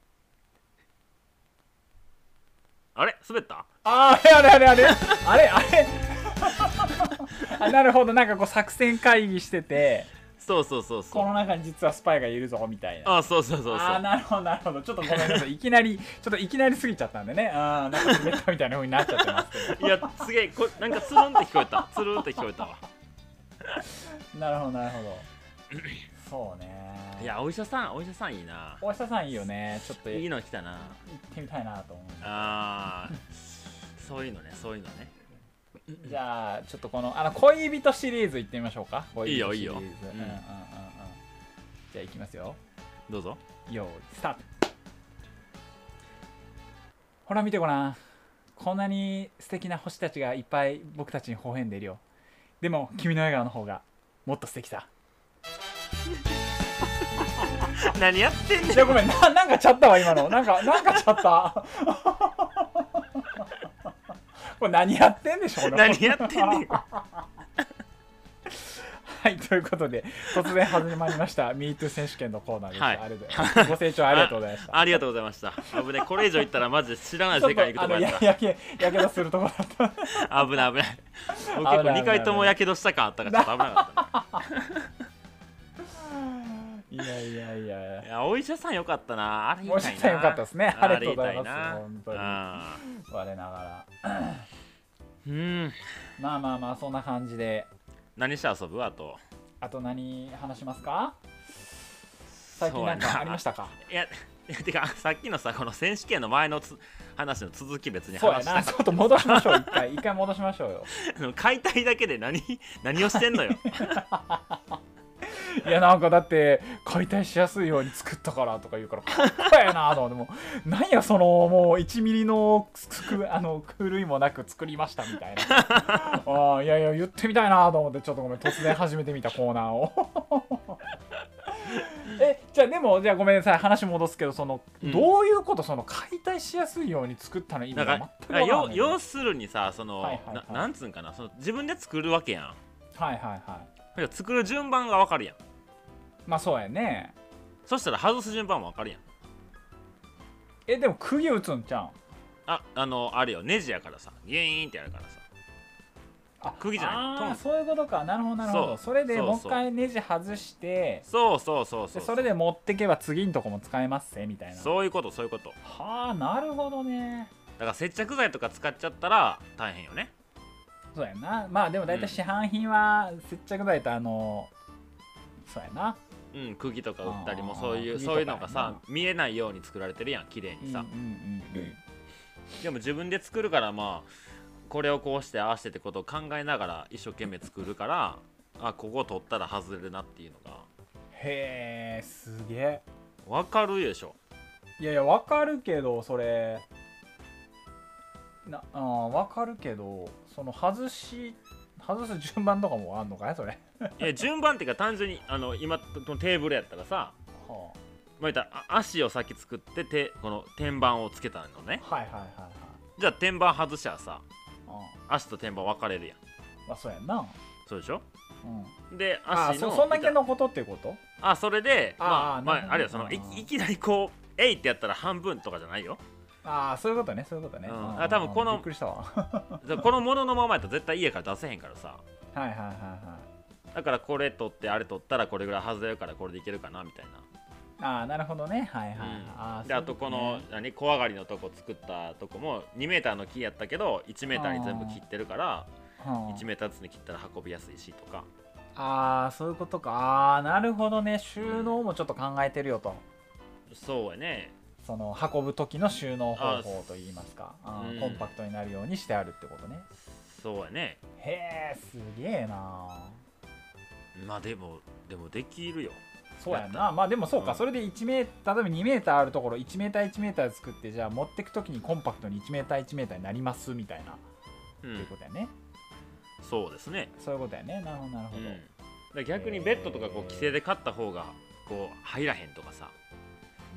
あれ滑ったあーあれあれあれあれあれあれあなるほどなんかこう作戦会議しててそうそうそうそこのう中に実はスパイがいるぞみたいなあそうそうそうそあーうなるほどなるほどちょっとごめんなさいいきなりちょっといきなり過ぎちゃったんでねあーなんか滑ったみたいな風になっちゃってますけいやすげえこなんかつるんって聞こえたつるんって聞こえたわど なるほどなるほどそうねいやお医者さんお医者さんいいなお医者さんいいよねちょっとい行いの来たなってみたいなと思あーそういうのねそういうのねうじゃあちょっとこのあの恋人シリーズ行ってみましょうか恋いい人よシリーズいいようんうんうんうんうんじゃあ行きますよどうぞよーいスタートほら見てごらんこんなに素敵な星たちがいっぱい僕たちに微笑んでいるよでも君の笑顔の方がもっと素敵さ何やってんねいやごめんななんかちゃったわ今のなんかなんかちゃった これ何やってんでしょうね何やってんねんはいということで突然始まりました「MeToo 選手権」のコーナーです、はいありがとうございますご清聴ありがとうございましたありがとうございました危ねこれ以上言ったらマジで知らないちょ世っと界に行あくのとこややや ったけやけどするところだった危ない危ない僕ない結構2回ともやけどしたかあったからちょっと危なかったいやいやいやないやお医者さんよかったなあれ言いもうたいなちょっとよかったですねありがとうございますあ本れ当言いにたいな我ながらうんうんまあまあまあそんな感じで何して遊ぶあとあと何話しますか最近なんかありましたかいやいやてかさっきのさこの選手権の前のつ話の続き別にそうや話したなちょっと戻しましょう一回一回戻しましょうよあの解体だけ で何何をしてんのよいやなんかだって解体しやすいように作ったからとか言うからかっこええなと思ってもうなんやそのもう1ミリのくあの狂いもなく作りましたみたいなあーいやいや言ってみたいなと思ってちょっとごめん突然始めてみたコーナーを えじゃあでもじゃあごめんなさい話戻すけどその、うんどういうことその解体しやすいように作ったの意味なんがか全くなんか分かん要ない要するにさその、はいはいはいななんつうんかなその自分で作るわけやんはいはいはいだから作る順番がわかるやんまあそうやねそしたら外す順番もわかるやんえでも釘打つんちゃうんああのあれよネジやからさギュイーンってやるからさあ釘じゃないあートンそういうことかなるほどなるほどそうそれでそうもう一そう回ネジ外してそうそうそうそでうそれで持ってけば次のとこも使えますぜみたいなそういうことそういうことだはあなるほどねから接着剤とか使っちゃったら大変よねそうやなまあでも大う体ん市販品は接着剤とあのそうやなうん釘とか打ったりもあーそういう釘そういうのとかがやなさ見えないように作られてるやん綺麗にさ、うんうんうんうんでも自分で作るからまあこれをこうしてああしてってことを考えながら一生懸命作るからあここ取ったら外れるなっていうのがへえすげえ分かるでしょいやいやわかるけどそれなあーわかるけどその外し外す順番とかもあんのかいそれ、いや順番っていうか単純にあの今このテーブルやったらさはまあ、言ったらあ足を先作っててこの天板をつけたのねあ、はいはいはいはいじゃあ天板外したらさうん足と天板分かれるやんまあそうやんな、そうでしょうん、であ足のそそんだけ言っのことってことたらあそれであまああ、まなるほあ、どあるいはそのいいきなりこう「えい!」ってやったら半分とかじゃないよああそういうことねそういうことね、うんうんうんあ多分このびっくりしたわ はいだからこのもののままやったら絶対家から出せへんからさはいはいはいだからこれ取ってあれ取ったらこれぐらい外れるからこれでいけるかなみたいああなるほどねはいはい、はいな、あうーん、そうであとこのいう何小上がりのとこ作ったとこも 2m の木やったけど 1m に全部切ってるからとねうん 1m ずつに切ったら運びやすいしとかああそういうことかああなるほどね収納もちょっと考えてるよと、そうやねその運ぶ時の収納方あ法といいますかあーうんコンパクトになるようにしてあるってことねそうやねへえすげえなまあでもでもできるよそうやなまあでもそうか、うんそれで1メーター例えば2メーターあるところ1メーター1メーター作ってじゃあ持ってく時にコンパクトに1メーター1メーターになりますみたいな、うっていうんことやねそうですね、そういうことやねなるほどなるほど、うん、だから逆にベッドとかこう規制で買った方がこう入らへんとかさ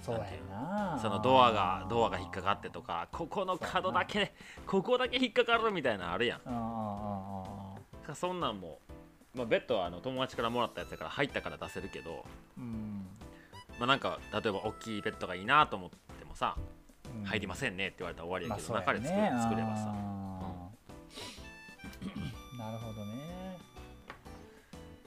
そうやなそのドアがドアが引っかかってとかここの角だけここだけ引っかかるみたいなのあるやんあーあかそんなんも、まあ、ベッドはあの友達からもらったやつだから入ったから出せるけど、ーうんまあ、なんか例えば大きいベッドがいいなと思ってもさ、うん入りませんねって言われたら終わりまやあけそうど、や中で作,、ね作ればさ、あーなるほどね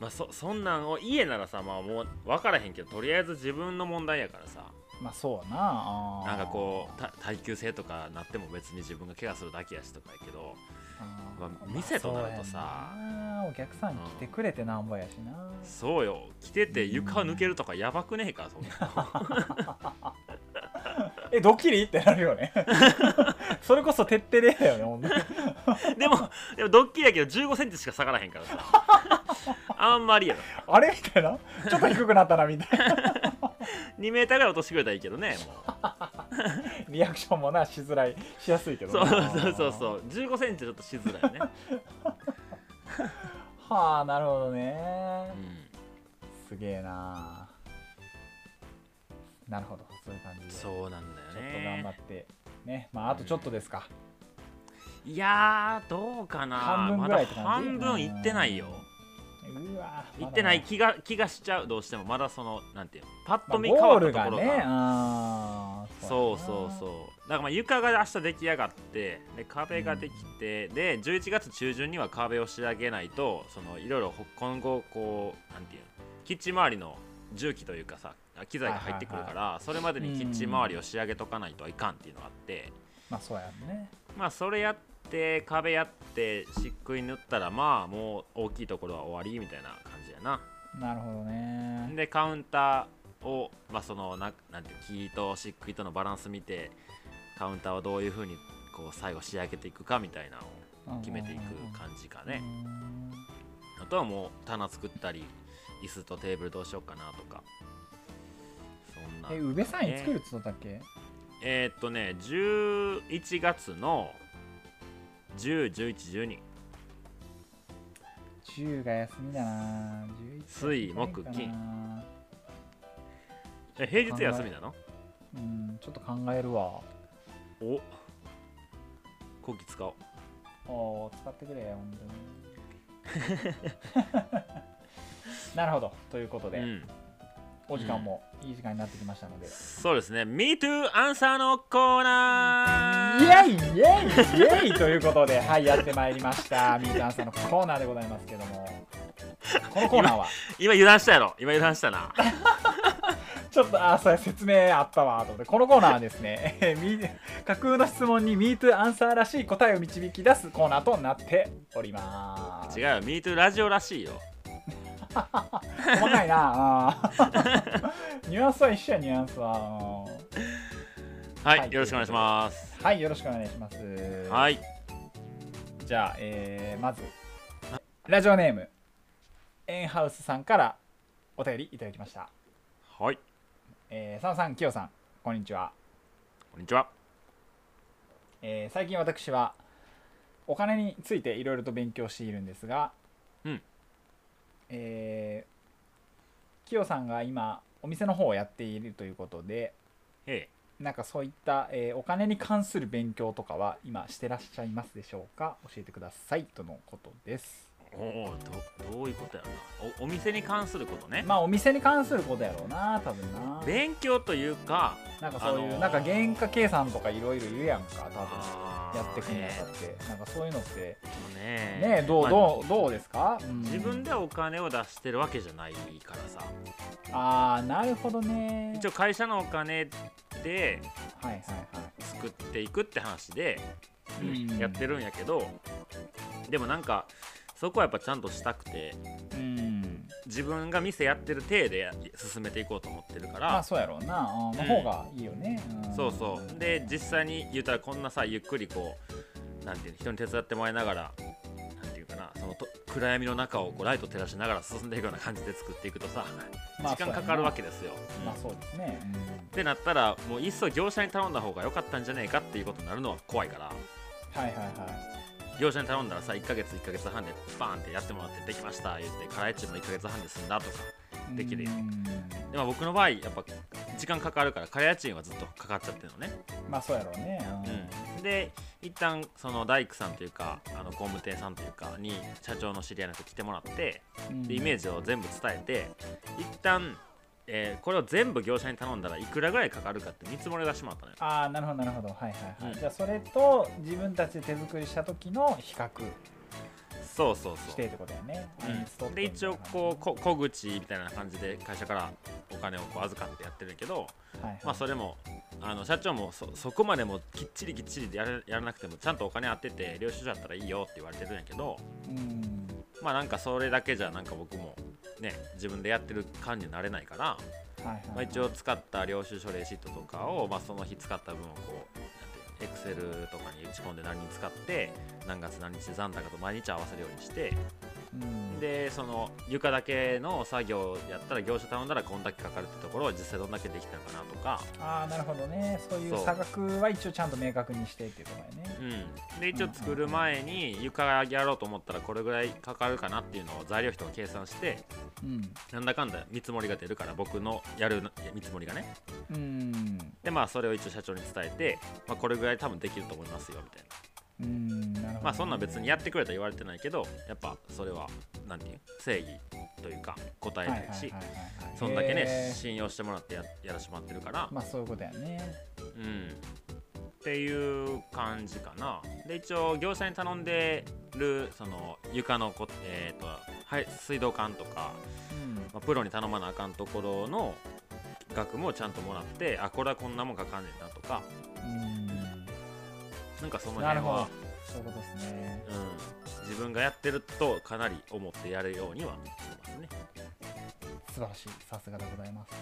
まあ、そそんなんを家ならさ、まあ、もう分からへんけどとりあえず自分の問題やからさまあそうやなあーなんかこうた耐久性とかなっても別に自分が怪我するだけやしとかやけど、あーまあ店となるとさそうやなお客さん来てくれてなんぼやしなそうよ着てて床抜けるとかやばくねえかそんなえドッキリってなるよ ねそれこそ徹底でだよねほんとに でもでもドッキリやけど1 5センチしか下がらへんから さあんまりやろあれみたいなちょっと低くなったなみたいな2メーターぐらい落としてくれたらいいけどねもリアクションもなしづらいしやすいけうどそうなそうそうそう1 5センチちょっとしづ らいね、はあなるほどうねん、すげえななるほどそういう感じでちょっそうなんだよと頑張っねてねまああとちょっとですか、いやーどうかな半分ぐらいって感じまだ半分いってないようわいってないま気が気がしちゃうどうしてもまだそのなんていうのパッだとね見まあ変ゴーわったルとがころが、ねあーそうそううそうだからまあ床が明日出来上がってで壁ができて、で11月中旬には壁を仕上げないとそのいろいろほ今後こうなんていうのキッチン周りの重機というかさ機材が入ってくるから、はいそれまでにキッチン周りを仕上げとかないといかんっていうのがあって、まあそうやんねまあそれやって壁やって漆喰塗ったらまあもう大きいところは終わりみたいな感じやななるほどねでカウンターを、まあ、そのななんていう木と漆喰とのバランス見てカウンターをどういうふうにこう最後仕上げていくかみたいなのを決めていく感じかねうんあとはもう棚作ったり椅子とテーブルどうしようかなとかそんなえ宇部さんいつ作るっつっとったっけえーっとね11月の101112 10が休みだな11水木かな金え平日休みなのうんちょっと考えるわお後期使おうおー使ってくれよ本当に なるほどということで、うんお時間もいい時間になってきましたので、そうですね。Me too アンサーのコーナイエー。イイエイイエイということで、はい、やってまいりました。ミータンさんのコーナーでございますけども、このコーナーは、今油断したやろ。今油断したな。ちょっと、あ、そうや説明あったわ、と思って、このコーナーはですね、 えーみ架空の質問に MeToo アンサーらしい答えを導き出すコーナーとなっております。違うよ。Me too ラジオらしいよ。細かいな、 あーニュアンスは一緒や、ニュアンスは。うんはい、はいよろしくお願いします。はい、よろしくお願いします。はい。じゃあ、えーまずラジオネームエンハウスさんからお便りいただきました、はい。えー、佐野さんキヨさんこんにちは、こんにちは。えー最近私はお金についていろいろと勉強しているんですが、うんえー、キヨさんが今お店の方をやっているということでえなんかそういった、えーお金に関する勉強とかは今してらっしゃいますでしょうか教えてくださいとのことですえ。おお、どどういうことやろな。おお店に関することね。まあお店に関することやろうな多分な勉強というか、なんかそういう、あのーなんか原価計算とかいろいろいるやんか多あー分やってくんやったっえて、なんかそういうのってえでもねねえどう、まあどうどうですか、うん自分でお金を出してるわけじゃないからさ。ああなるほどね一応会社のお金ではいはい作っていくって話で。はい、うんやってるんやけどでもなんかそこはやっぱちゃんとしたくてうん自分が店やってる体で進めていこうと思ってるまかあらそうやろうなあーのう方んがいいよね、んそうそうで実際に言うたらこんなさゆっくりこうなんていうの人に手伝ってもらいながらなんていうかなそのと暗闇の中をこうライト照らしながら進んでいくような感じで作っていくとさまあ時間かかるわけでですよ。まあそうですね、うんってなったらもういっそ業者に頼んだ方が良かったんじゃねえかっていうことになるのは怖いからうんはいはいはい業者に頼んだらさ1ヶ月1ヶ月半でバーンってやってもらってできました言って辛いチーム1ヶ月半で済んだとかできるやんでも僕の場合やっぱ時間かかるからカレー家賃はずっとかかっちゃってるのね、まあそうやろうね、うん、で一旦その大工さんというかあの工務店さんというかに社長の知り合いの人来てもらってうんでイメージを全部伝えて一旦えーこれを全部業者に頼んだらいくらぐらいかかるかって見積もりがしてもらったのよああなるほどなるほどはいはいはい、うんじゃあそれと自分たちで手作りした時の比較そうそうしそてうってことやね、うん、で一応こうこ小口みたいな感じで会社からお金をこう預かってやってるけど、う、はいはいまあ、それもあの社長もそそこまでもきっちりきっちりやらやらなくてもちゃんとお金当てて領収書だったらいいよって言われてるんやけどうんまあなんかそれだけじゃなんか僕もね自分でやってる感じになれないから、はいはいまあ、一応使った領収書レシートとかを、まあ、その日使った分をこうエクセルとかに打ち込んで何に使って何月何日で残高と毎日合わせるようにしてうんでその床だけの作業やったら業者頼んだらこんだけかかるってところを実際どんだけできたのかなとか、ああなるほどねそういうそう差額は一応ちゃんと明確にしてっていうことやねうん、で一応作る前に床やろうと思ったらこれぐらいかかるかなっていうのを材料費とか計算してうんなんだかんだ見積もりが出るから僕のやる見積もりがねうんでまあそれを一応社長に伝えて、まあ、これぐらい多分できると思いますよみたいうんなるほどね、なまあそんな別にやってくれとは言われてないけどやっぱそれは何て言う正義というか答えはいはいないはいしはいはいそんだけねへー信用してもらってややらしてもらってるからまあそういうことやねうんっていう感じかなで一応業者に頼んでるその床のこ、えーとはい、水道管とかうんまあ、プロに頼まなあかんところの額もちゃんともらってあこれはこんなもんかかんねんなとかうんなんかそのな辺るほはど、そういうことですねうん、自分がやってるとかなり思ってやるようにはしてますね。素晴らしいさすがでございます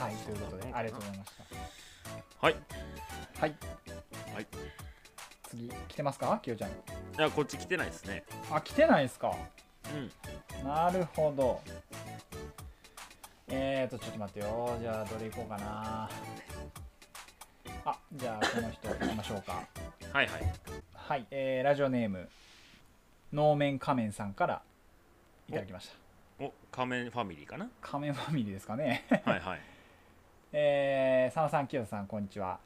はいということでありがとうございましたはい、はいはい、次来てますかきよちゃんいやこっち来てないですね。あ来てないですかうん、なるほどえーとちょっと待ってよじゃあどれいこうかなあじゃあこの人行きましょうかはいはい。はい、えーラジオネーム能面仮面さんからいただきましたお仮面ファミリー かな。仮面ファミリーですかね はいはい。えー、佐野さん清田さんこんにちは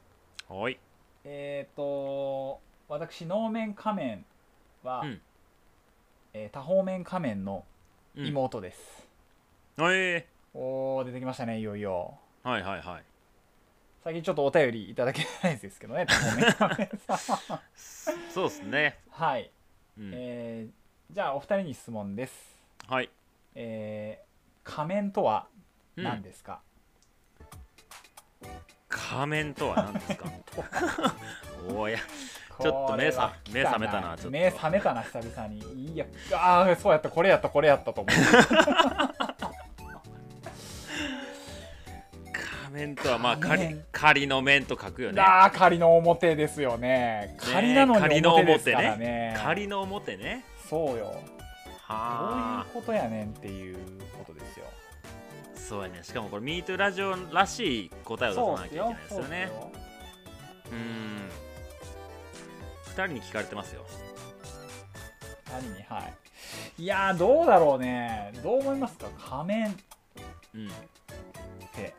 はい。えーと私能面仮面は、うんえー多方面仮面のうん。妹です、えおー出てきましたねいよいよー、はいはいはい。最近ちょっとお便りいただけないですけどね、多方面仮面さん そうですね。はい、うん、えーじゃあお二人に質問です、はい。えー仮面とはうん何ですか、仮面とは何で すか。おや。これはちょっと目さ来た目覚めたなちょっと目覚めたな久々にいやああそうやったこれやったこれやったと思って仮面とはまあ仮仮面仮の面と書くよ ねああ仮の表ですよね仮なのに仮の表表ですからね仮の表ねそうよどうはあいうことやねんっていうことですよそうやねしかもこれ「MeToo ラジオ」らしい答えを出さなきゃいけないですよそうっすねようーん2人に聞かれてますよ仮にはいいやーどうだろうねどう思いますか仮面っうんて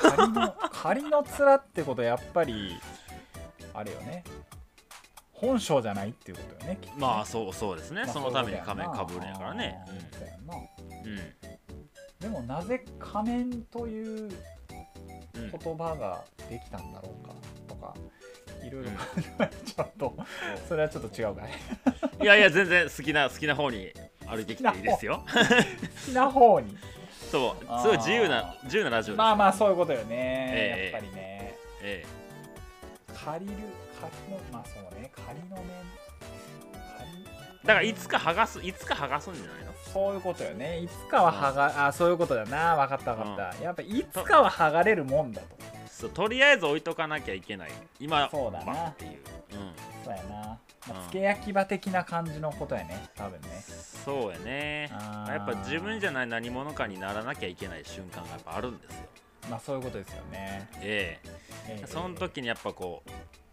仮 の仮の面ってことはやっぱりあれよね本性じゃないっていうことよねきっとねまあそうそうですねまあそのために仮面かぶるんやからねそういうことやんなうんうんでもなぜ仮面といううん言葉ができたんだろうかとかいろいろうん考えちゃうとそれはちょっと違うかねいやいや全然好きな好きな方に歩いてきていいですよ好きな方にそうすあーごい自由な自由なラジオです、まあまあそういうことよえねえやっぱりねえ借りる借りのまあそうね借りの面借りえ、だからいつか剥がすいつか剥がすんじゃないのそういうことよねいつかは剥があそういうことだな分かった分かったやっぱいつかは剥がれるもんだとそうとりあえず置いとかなきゃいけない今そうだなまあっていう、うん、そうやな、まあうんつけ焼き場的な感じのことやね多分ねそうやねあーやっぱ自分じゃない何者かにならなきゃいけない瞬間がやっぱあるんですよまあそういうことですよね。ええええその時にやっぱこう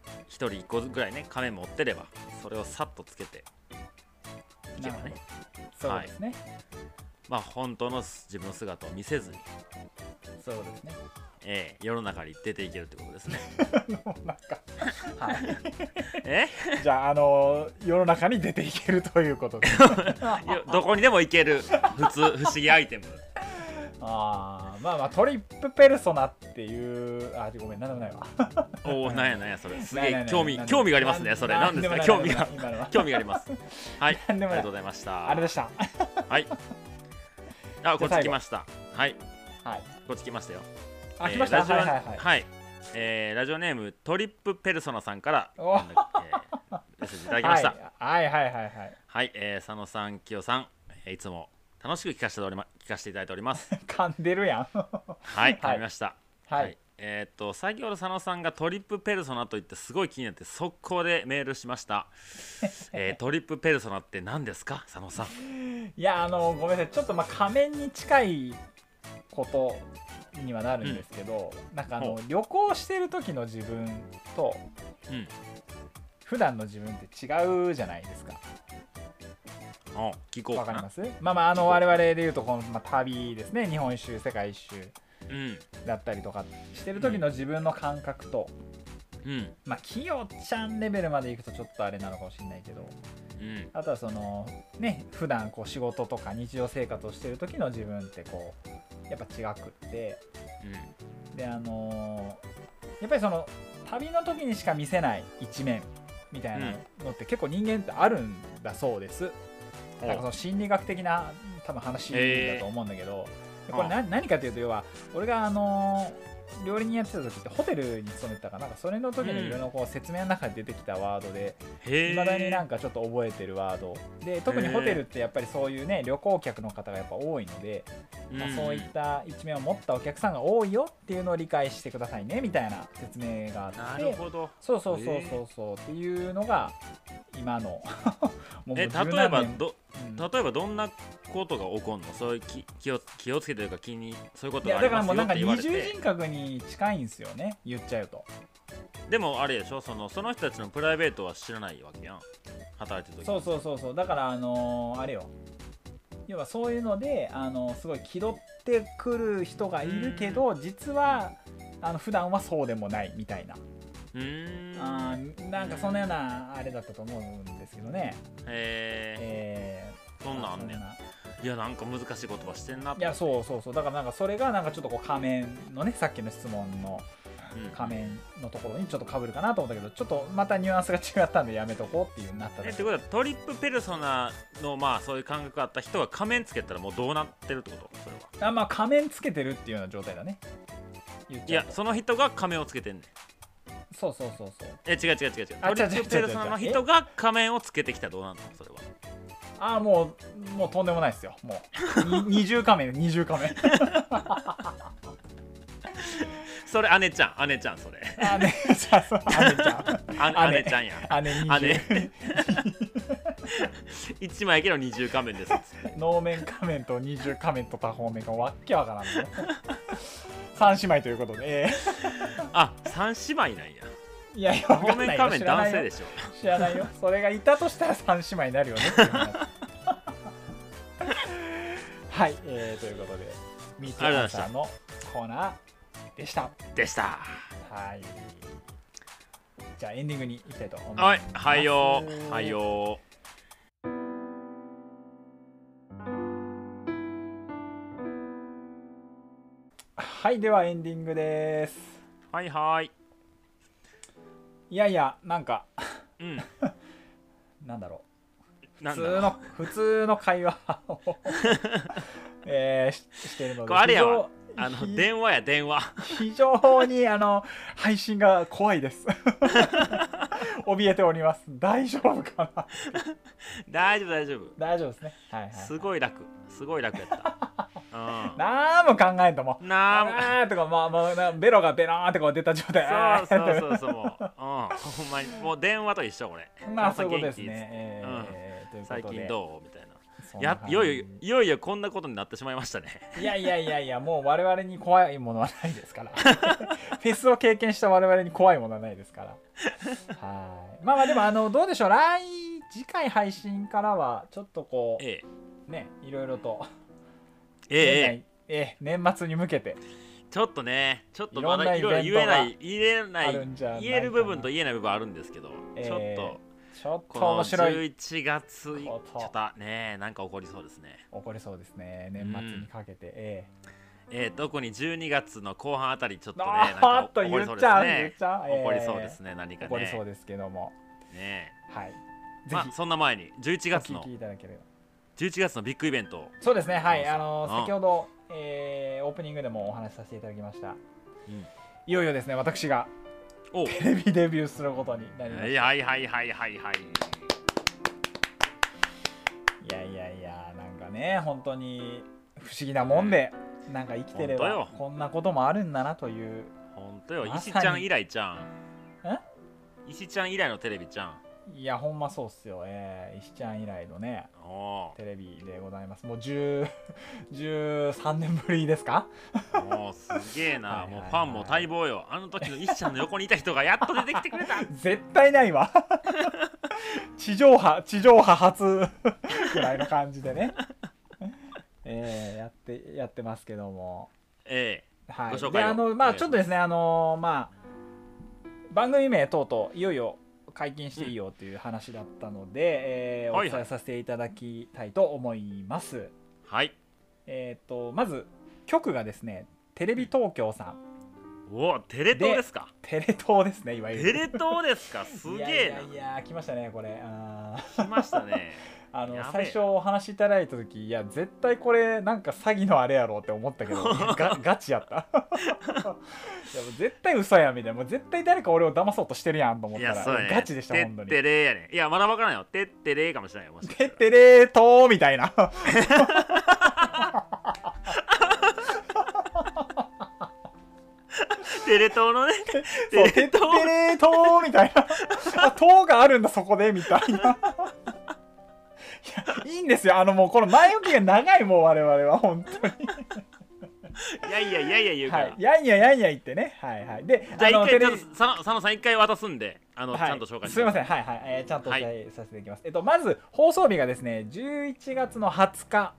1人1個ぐらいね亀持ってればそれをさっとつけていけばなるねほそうですね、まあ本当の自分の姿を見せずに、そうですねえー世の中に出ていけるってこ とですねもうなんかはいえ じゃあ、あの世の中に出ていけるということでよどこにでも行ける普通不思議アイテムあーまあまあトリップペルソナっていうあごめんなんでもないわおおなんやなんやそれすげないないえない興味なんで興味がありますねそれ何ですか興 味が今のは興味がありますはいなあんでりがもないとうございましたあれでしたはいあこっち来ましたはいはいこっち来ましたよあえー来ました、ラジオはいはいはい、はいえーラジオネームトリップペルソナさんから、えおー、メッセージいただきましたはい、はいはいはいはいはいえー佐野さんきよさんえーいつも楽しく聞かせておりま聞かせていただいております噛んでるやん ははいはい噛みましたい、えーっと先ほど佐野さんがトリップペルソナと言ってすごい気になって速攻でメールし ました、えートリップペルソナって何ですか佐野さんいやあのごめんなさいちょっとまあ仮面に近いことにはなるんですけど、なんかあのほ旅行してる時の自分とうん普段の自分って違うじゃないですかお聞こうわかかなりますまあまああの我々でいうとこの、まあ、旅ですね日本一周世界一周うんだったりとかしてる時の自分の感覚と、うんまあきよちゃんレベルまでいくとちょっとあれなのかもしれないけどうんあとはそのね普段こう仕事とか日常生活をしてる時の自分ってこうやっぱ違くってであのーやっぱりその旅の時にしか見せない一面みたいなのって結構人間ってあるんだそうです、うんなんかその心理学的な多分話だと思うんだけど、えーこれな何かというと要は俺があのー料理人やってた時ってホテルに勤めてたからなんかそれの時のいろいろこう説明の中で出てきたワードでへいえまだになんかちょっと覚えてるワードで特にホテルってやっぱりそういうね旅行客の方がやっぱ多いので、まあ、そういった一面を持ったお客さんが多いよっていうのを理解してくださいねみたいな説明があなっるてほどそうそうそうそうそうっていうのが今のもうえもう十何例えば年どうん例えばどんなことが起こるのそういうき気を気をつけてるか気にそういうこといやがあだりからますもようなんっかて二言われ重て人格に近いんですよね言っちゃうとでもあれでしょそのその人たちのプライベートは知らないわけやん働いてる時そうそうそうそうだからあのーあれよ要はそういうので、あのーすごい気取ってくる人がいるけど実はあの普段はそうでもないみたいなうーんあーなんかそんなようなあれだったと思うんですけどね、へええーそんなんあんねんまあいやなんか難しい言葉してんなといやそうそうそうだからなんかそれがなんかちょっとこう仮面のねさっきの質問のうん仮面のところにちょっと被るかなと思ったけどちょっとまたニュアンスが違ったんでやめとこうっていうになっただけえってことはトリップペルソナのまあそういう感覚があった人が仮面つけたらもうどうなってるってことそれはあまあ仮面つけてるっていうような状態だね言っいちゃやうとその人が仮面をつけてんねんそうそうそうそうえ違う違う違う違うあ違トうリップペルソナの違う違う違う人が仮面をつけてきたらどうなるのそれはああもうもうとんでもないですよもうに二重仮面二重仮面それ姉ちゃん 姉ちゃんそれあねじゃあそう姉ちゃあ 姉姉ちゃんやん 姉姉 一枚やけど二重仮面ですっつって二重能面仮面と二重仮面と多方面がわっけわからんね三姉妹ということで、えあ三姉妹なんやーいやいやわか方んな面い仮よ面知らな男いよ性でしょ知らないよそれがいたとしたら三姉妹になるよねっていう話 はい、えー、ということで「ミーティーアンサー」のコーナーでしたでしたはいじゃあエンディングに行きたいと思いまはいすはいよはいよはいではエンディングですはいはいいやいやなんかうんなんだろうな普んだろ通のう普通の会話 をえー、ししてるのでこれあれやわ非常あの非電話や電話 非常にあの配信が怖いです 怯えております大丈夫かな大丈夫大丈夫大丈夫ですねはいはいすごい楽すごい楽やった う何も考えんともんなああーとかまあまあなベロがベローンってこう出た状態そうそううそうそうもう、うん、ほんまにもう電話と一緒これまあそういうことです元気っつっね、てえーという最ことで近どうみたいなそんなや感いじよいよいよいよこんなことになってしまいましたねいやいやいやいやもう我々に怖いものはないです からフェスを経験した我々に怖いものはないですからはいまあまあでもあのどうでしょう来次回配信からはちょっとこええうねいろいろとええええええ年末に向けてちょっとねちょっとまだいいろろんないイろベ言えントがない言えなあいるんじゃないかな言える部分と言えない部分あるんですけど、ええちょっとちょっことの面白い11月いちょこっととねなんか起こりそうですね起こりそうですね年末にかけて、ええー、特に12月の後半あたりちょっえとねあなんーかっと起こ言りそうっでちゃすう、言っねちゃう、ええ起こりそうですね何か起こりそうねですけどもねはいぜまあひそんな前に11お月聞のきいただければ11月のビッグイベント、そうですね、はい、そうそうあのうん先ほど、えーオープニングでもお話しさせていただきました。うん、いよいよですね、私がおうテレビデ ビューすることになりました。はいいはいはいはいはいはいやいやいや、なんかね、本当に不思議なもんで、なんか生きてれば本当よこんなこともあるんだなという。ほんとよまさ石にちゃん以来ちゃんえ石ちゃん以来のテレビちゃんいや、ほんまそうっすよ、えー、石ちゃん以来のね、おテレビでございます。もう10 13年ぶりですか うもうすげえはいなはいもはういファンも待望よあの時の石ちゃんの横にいた人がやっと出てきてく れた絶対ないわ 地上波地上波初ぐらいの感じでね えーやってやってますけどもえはいご紹介をであのまお願いしまあすちょっとですねあのまあ番組名等々いよいよ解禁していいよという話だったので、えーおはいはい伝えさせていただきたいと思います、えはいえっ、とまず局がですねテレビ東京さんおおテレ東ですかテレ東ですねいわゆるテレ東ですかすげいやえないやいや来ましたねこれあー来ましたねあのやべえ最初お話しいただいた時いや絶対これなんか詐欺のあれやろって思ったけ どがガチやった いやもう絶対嘘やみたいなもう絶対誰か俺を騙そうとしてるやんと思っいたや、そうやらね。ガチでしたて本当っにてれーやね。いや、まだわからんよ。てってれーかもしれないよ。もしか したてっらてれーとーみたい なテレ東のね、そうててれっとてーれーとーみた いなあとーがあるんだそこでみたいないやいいんですよあのもうこの前置きが長いもう我々は本当にいやいやいやいや言うかはら。いやんややんや言ってねはいはいでじゃあ一テ回、ちレょっと佐野佐野さん一回渡すんで、あの、ちはいゃんと紹介すみません。んはいはい、えーちゃんとおはい伝えさせていただきます、えっとまず放送日がですね11月の20日、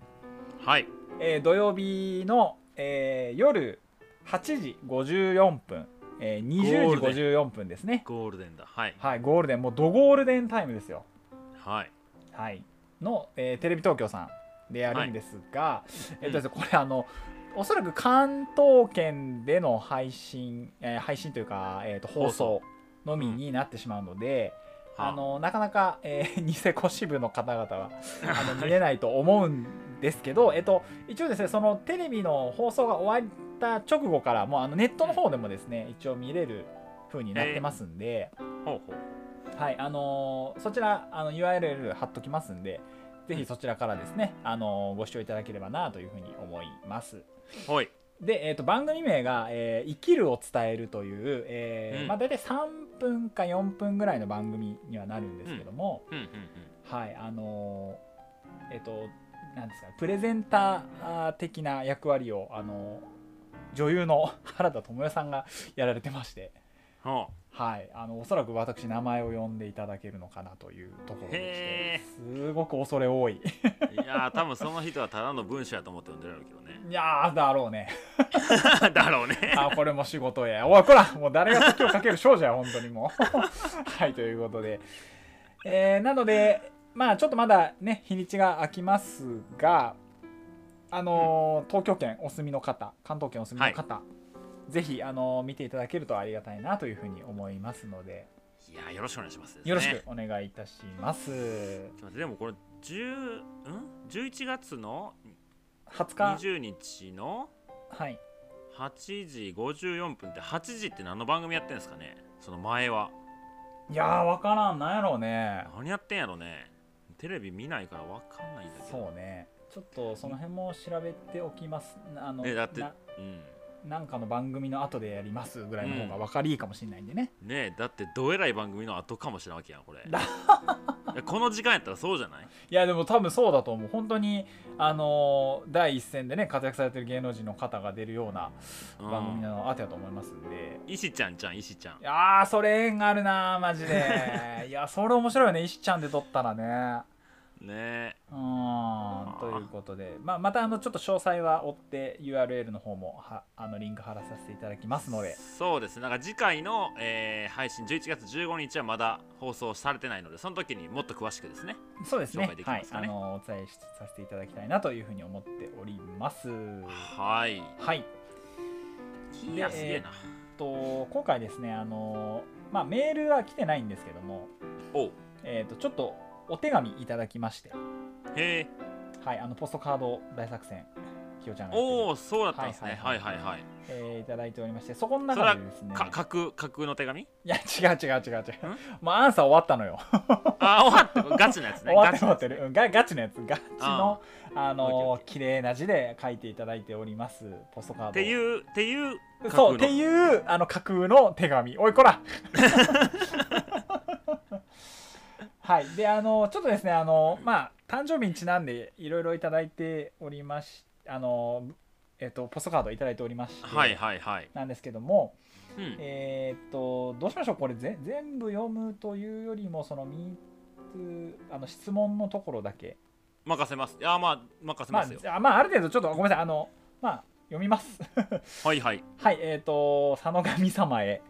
はい。えー土曜日の、えー夜8時54分、えー20ゴール時54分ですねゴールデンだ。はい。はいゴールデンもうドゴールデンタイムですよはい。はいの、えーテレビ東京さんでやるんですが、えっとですねこれあのおそらく関東圏での配信、えー配信というか、えーと放送のみになってしまうので、あのなかなか、えー、 ニセコ支部の方々 はあの見れないと思うんですけど、えっと、一応ですねそのテレビの放送が終わった直後からもうあのネットの方でもですね一応見れる風になってますんで、ほうほう。はいあのーそちらあの URL 貼っときますんでぜひそちらからですね、あのーご視聴いただければなというふうに思います。ほい。で、えー、と番組名が、えー生きるを伝える」という、えーうんまあ、大体3分か4分ぐらいの番組にはなるんですけども、うんうんはいあのーえっとなんですかプレゼンター的な役割をあのー女優の 原田知世さんがやられてましてうん。ほう。はいあのおそらく私名前を呼んでいただけるのかなというところでへしてすごく恐れ多いい やー、多分その人はただの文章やと思って読んでるやろうけどね。いやーだろうねだろうね。 あこれも仕事やおいこらもう誰が時をかける少女や本当にもう はいということで、えーなのでまあちょっとまだね日にちが空きますがあのー東京圏お住みの方関東圏お住みの方、ぜひあのー見ていただけるとありがたいなというふうに思いますのでいやー、よろしくお願いします。よろしですくねお願いいたしますちょっと待ってでもこれ、10ん11月の20日20日のはい8時54分って8時って何の番組やってんですかねその前はいやー分からんなんやろうね何やってんやろねテレビ見ないから分かんないんだけどそうねちょっとその辺も調べておきますあのねだってなうんなんかの番組の後でやりますぐらいの方が分かりいいかもしれないんでね、 ねえだってどえらい番組の後かもしれんわけやんこれだやこの時間やったらそうじゃないいやでも多分そうだと思う本当にあのー第一線でね活躍されてる芸能人の方が出るようなうん番組のあてだと思いますんで、石ちゃんちゃん石ちゃんいやーそれ縁があるなーマジ でいやそれ面白いよね石ちゃんで撮ったらねねうーんということで、まあ、またあのちょっと詳細は追って URL の方もはあのリンク貼らさせていただきますのでそうですねなんか次回の、えー配信11月15日はまだ放送されてないのでその時にもっと詳しくですねそうですね紹介できはまいすかあねのお伝えしさせていただきたいなというふうに思っておりますはいはいいやすげえな、と今回ですねあの、まあ、メールは来てないんですけども、おうえー、とちょっとお手紙いただきまして、へえはい、あのポストカード大作戦きよちゃんがやってるおおそうだったんですねははいいははいいはい、えーいただいておりましてそこの中でですねか架空架空の手紙いや違う違う違う違うもうアンサー終わったのよあ終わってガチなやつね終わってる終わってるうガチなやんガガチのやつガチのあオッの綺麗な字で書いていただいておりますポストカードつっていうっていう架空そうのっていうあの架空の手紙おいこら はいであのちょっとですねあのまあ誕生日にちなんでいろいろいただいておりましあのえっとポストカードいただいておりまして、はいはいはい、なんですけどもうん、えーっとどうしましょうこれぜ全部読むというよりもそのミーツあの質問のところだけ任せますいやまあ任せまますよ、あ、あまあ、ある程度ちょっとごめんなさいあのまあ読みますはいはいはいえっ、と佐野神様へ、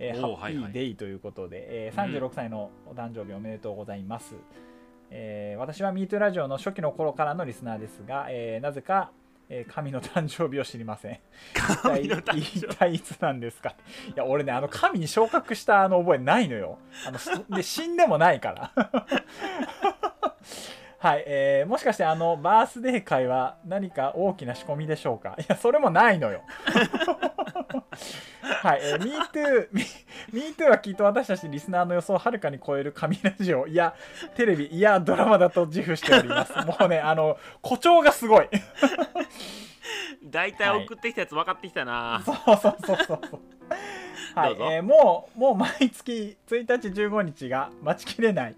えーおーハッピはいはーいデイということで、えうーん36歳のお誕生日おめでとうございます、えー私は MeToo ラジオの初期の頃からのリスナーですが、えーなぜか、えー神の誕生日を知りません 神の誕一生日体いつなんですかいや俺ねあの神に昇格したあの覚えないのよあのす で死んでもないから はい、えーもしかしてあのバースデー会は何か大きな仕込みでしょうかいやそれもないのよ はい、えー、MeTooMeToo はきっと私たちリスナーの予想をはるかに超える神ラジオいやテレビいやドラマだと自負しており ますもうねあの誇張がすごい大体送ってきたやつ分かってきたな、そうそうそうそうそう。はいどう、ぞえーもう、もう毎月1日15日が待ちきれない。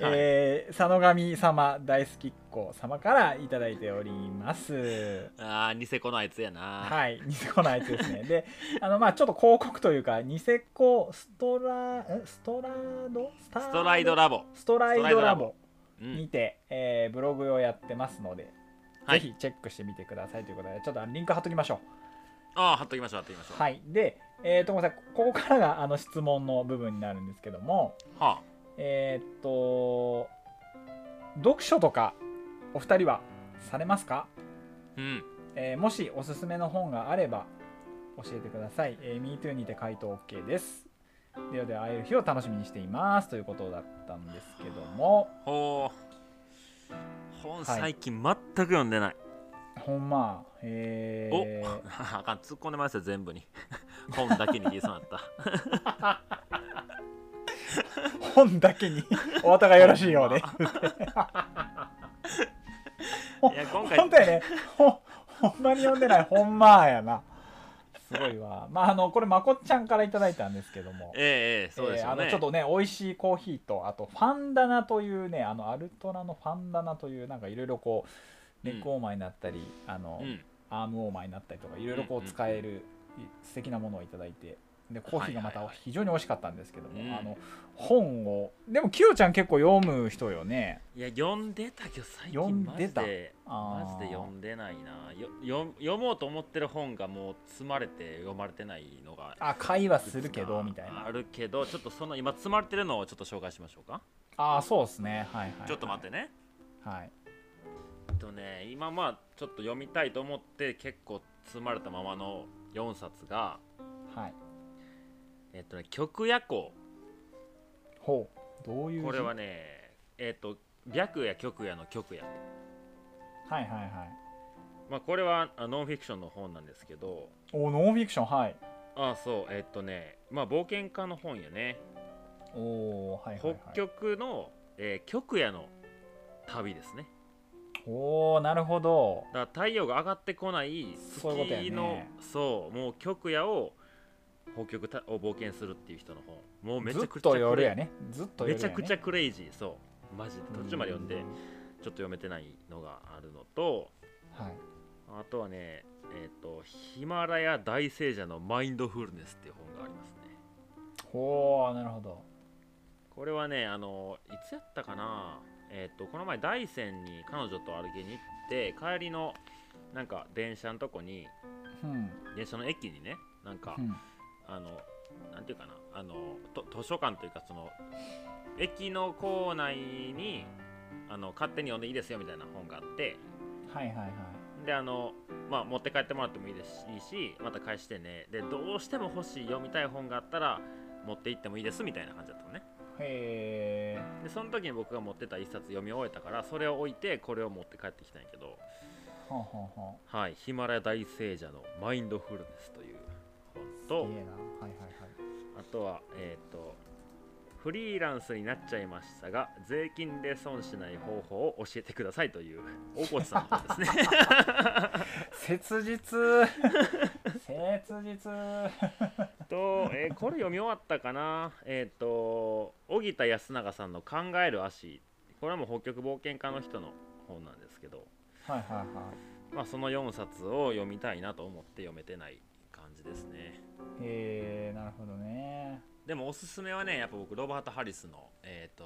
えー佐野神様大好きっ子様からいただいております。あーニセコのあいつやな、はい、ニセコのあいつですね。で、あのまあちょっと広告というか、ニセコストラんストラードスターストライドラボ、ストライドラボうにん、て、えーブログをやってますので、はいぜひチェックしてみてくださいということで、ちょっとあのリンク貼っときましょう。ああ貼っときましょう貼っときましょうはい、で、えー、とごめんなさいここからがあの質問の部分になるんですけどもはえーっ、と読書とかお二人はされますか、あうんえーもしおすすめの本があれば教えてください、えー、MeToo にて回答 OK ですではでは会える日を楽しみにしていますということだったんですけどもほう本はい最近全く読んでない、ほんまえお ーあかん突っ込んでましたよ全部に 本だけに消えそうになっ本だけにお後がよろしいよう でたいや今回 本当やねほほんまに読んでないほんまやなすごいわまああのこれまこっちゃんからいただいたんですけどもええええそうですえーよあね、のちょっとね美味しいコーヒーとあとファンダナというねあのアルトラのファンダナというなんかいろいろこうネックオーマーになったり、あのうん、アームオーマーになったりとかいろいろこうんううん使える素敵なものをいただいてでコーヒーがまはいたはい非常に美味しかったんですけども、うんあの本をでもきよちゃん結構読む人よねいや読んでたけど最読ん近マでジたであーマジで読んでないなよ読読もうと思ってる本がもう積まれて読まれてないのがあ会話するけどみたいあなるけどちょっとその今積まれてるのをちょっと紹介しましょうか、ああそうですねはいはいはい、ちょっと待ってねはいえっとね今まあちょっと読みたいと思って結構積まれたままの4冊がはいえっとね極夜行ほうどういう字これはねえっと白夜極夜の極夜はいはいはいまあこれはあノンフィクションの本なんですけどおノンフィクションはいああそうえっとねまあ冒険家の本よねおおはいはい、はい、北極の、えー極夜の旅ですねおおなるほどだから太陽が上がってこないそういうことやね月のそうもう極夜を北極たを冒険するっていう人の本もうめちずゃっくちゃとクレ夜やねずっと夜めやちねゃくちゃクレイジーそうマジで途中まで読んでちうょっと読めてないのがあるのとはいあとはねえっ、とヒマラヤ大聖者のマインドフルネスっていう本がありますねほうなるほどこれはねあのいつやったかなえっ、とこの前大山に彼女と歩きに行って帰りのなんか電車のとこにうん電車の駅にねなんか、うんあのなんていうかなあのと図書館というかその駅の構内にあの勝手に読んでいいですよみたいな本があってはいはいはいであの、まあ、持って帰ってもらってもいいですいいしまた返してねでどうしても欲しい読みたい本があったら持って行ってもいいですみたいな感じだったのねへえでその時に僕が持ってた一冊読み終えたからそれを置いてこれを持って帰ってきたんやけどほうほうほはいヒマラヤ大聖者のマインドフルネスという本とういいえなはいはいはいあとは、えっ、と、フリーランスになっちゃいましたが、税金で損しない方法を教えてくださいという、大河内さんの方ですね。切 実切実と、えーこれ読み終わったかな。えっ、と、荻田康永さんの考える足、これはもう北極冒険家の人の本なんですけど、はいはいはまあ、その4冊を読みたいなと思って読めてない感じですね。いへえなるほどねでもおすすめはね、やっぱ僕、ロバート・ハリスの、えっ、と、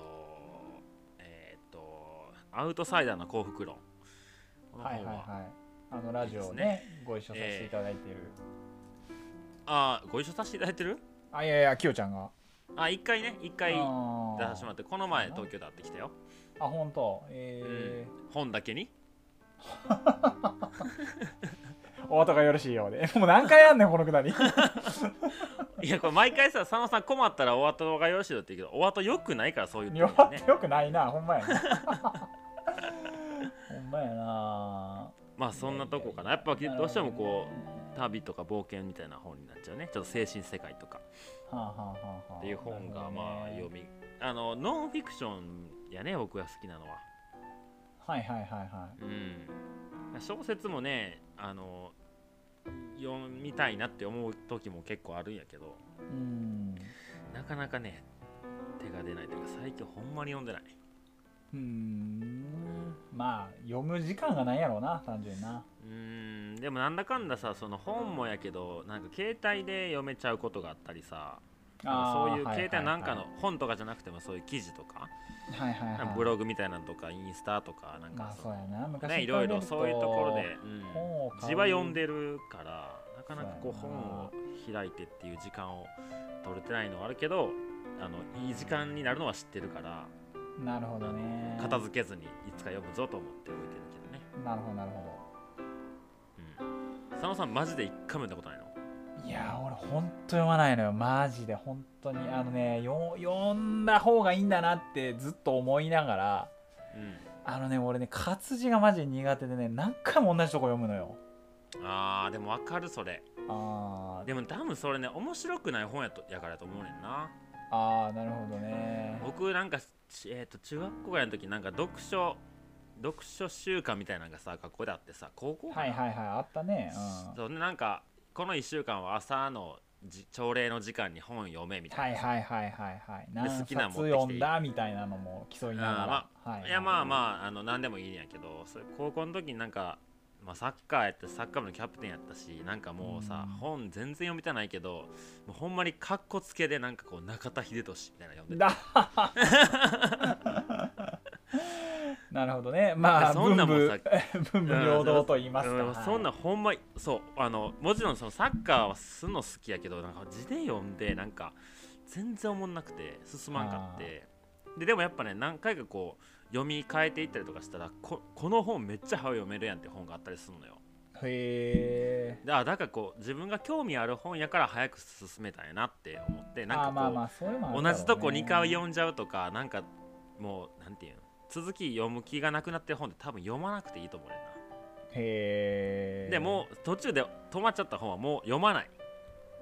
えっ、と、アウトサイダーの幸福論。このはいはい本ははいあのラジオをねいご一緒させていただいている、あーご一緒させていただいてるあいやいやきよちゃんがあ一回ね一回出させてもらあってこの前東京で会ってきたよーあ本当え本だけにーお後がよろしいようで もう何回やんねんこのく だりいやこれ毎回さ佐野さん困ったらお後がよろしいよって言うけどお後よくないからそういう弱のっねてよくないなほんまや なほんまやなまあそんなとこかなやっぱなるほどうしてもこねう旅とか冒険みたいな本になっちゃうねちょっと精神世界とかはあはあはあはあっていう本がまあなるほ読どねみあのノンフィクションやね僕が好きなのははいはいはいはうん小説もねあの読みたいなって思う時も結構あるんやけどいうんなかなかね手が出ないというか最近ほんまに読んでないうーんまあ読む時間がないやろうな単純になうーんでもなんだかんださその本もやけどなんか携帯で読めちゃうことがあったりさなんかそういう携帯なんかの本とかじゃなくてもそういう記事とかはいはいはいなんかブログみたいなのとかインスタとかなんまあかそうやのな昔ねいろいろそういうところで本をう買んう字は読んでるからなかなかこうそう本やなを開いてっていう時間を取れてないのはあるけどあのいい時間になるのは知ってるからなるほどね片付けずにいつか読むぞと思って置いてるけどねなるほどなるほうん佐野さんマジで一回も読んだことないのどいやー俺ほんと読まないのよマジで本当にあのねよ読んだ方がいいんだなってずっと思いながらあのね俺ね活字がマジで苦手でね何回も同じとこ読むのようんあーでもわかるそれあーでも多分それね面白くない本やとやからやと思うねんなあーなるほどね僕なんか、ちえー、と中学校ぐらいの時なんか読書読書週間みたいなのがさ学校であってさ高校かなはいはいはいあったねうんそうねなんかこの1週間は朝のじ朝礼の時間に本読めみたはいいな、はいはいはいはい何好冊きなの持ってきていい読んだみたいなのも競いながら、はいいやまあまああの何でもいいんやけどそれ高校の時になんか、まあ、サッカーやってサッカー部のキャプテンやったしなんかもうさ、うん本全然読みたないけどもうほんまにカッコつけでなんかこう中田秀俊みたい なの読んでだなるほどねまあそ文んな武もんさ文武 両道と言いた、ますか、うんそんなほんまそうあのもちろんそのサッカーはすんの好きやけどなんか字で読んでなんか全然おもんなくて進まんかってででもやっぱね何回かこう読み替えていったりとかしたらここの本めっちゃ早読めるやんって本があったりするのよへえだだからこう自分が興味ある本やから早く進めたいなって思ってなんかこあう、まあまあそういうのもあるだろうね同じとこ2回読んじゃうとかなんかもうなんていうの続き読む気がなくなってる本って多分読まなくていいと思うねんな、へえでもう途中で止まっちゃった本はもう読まない、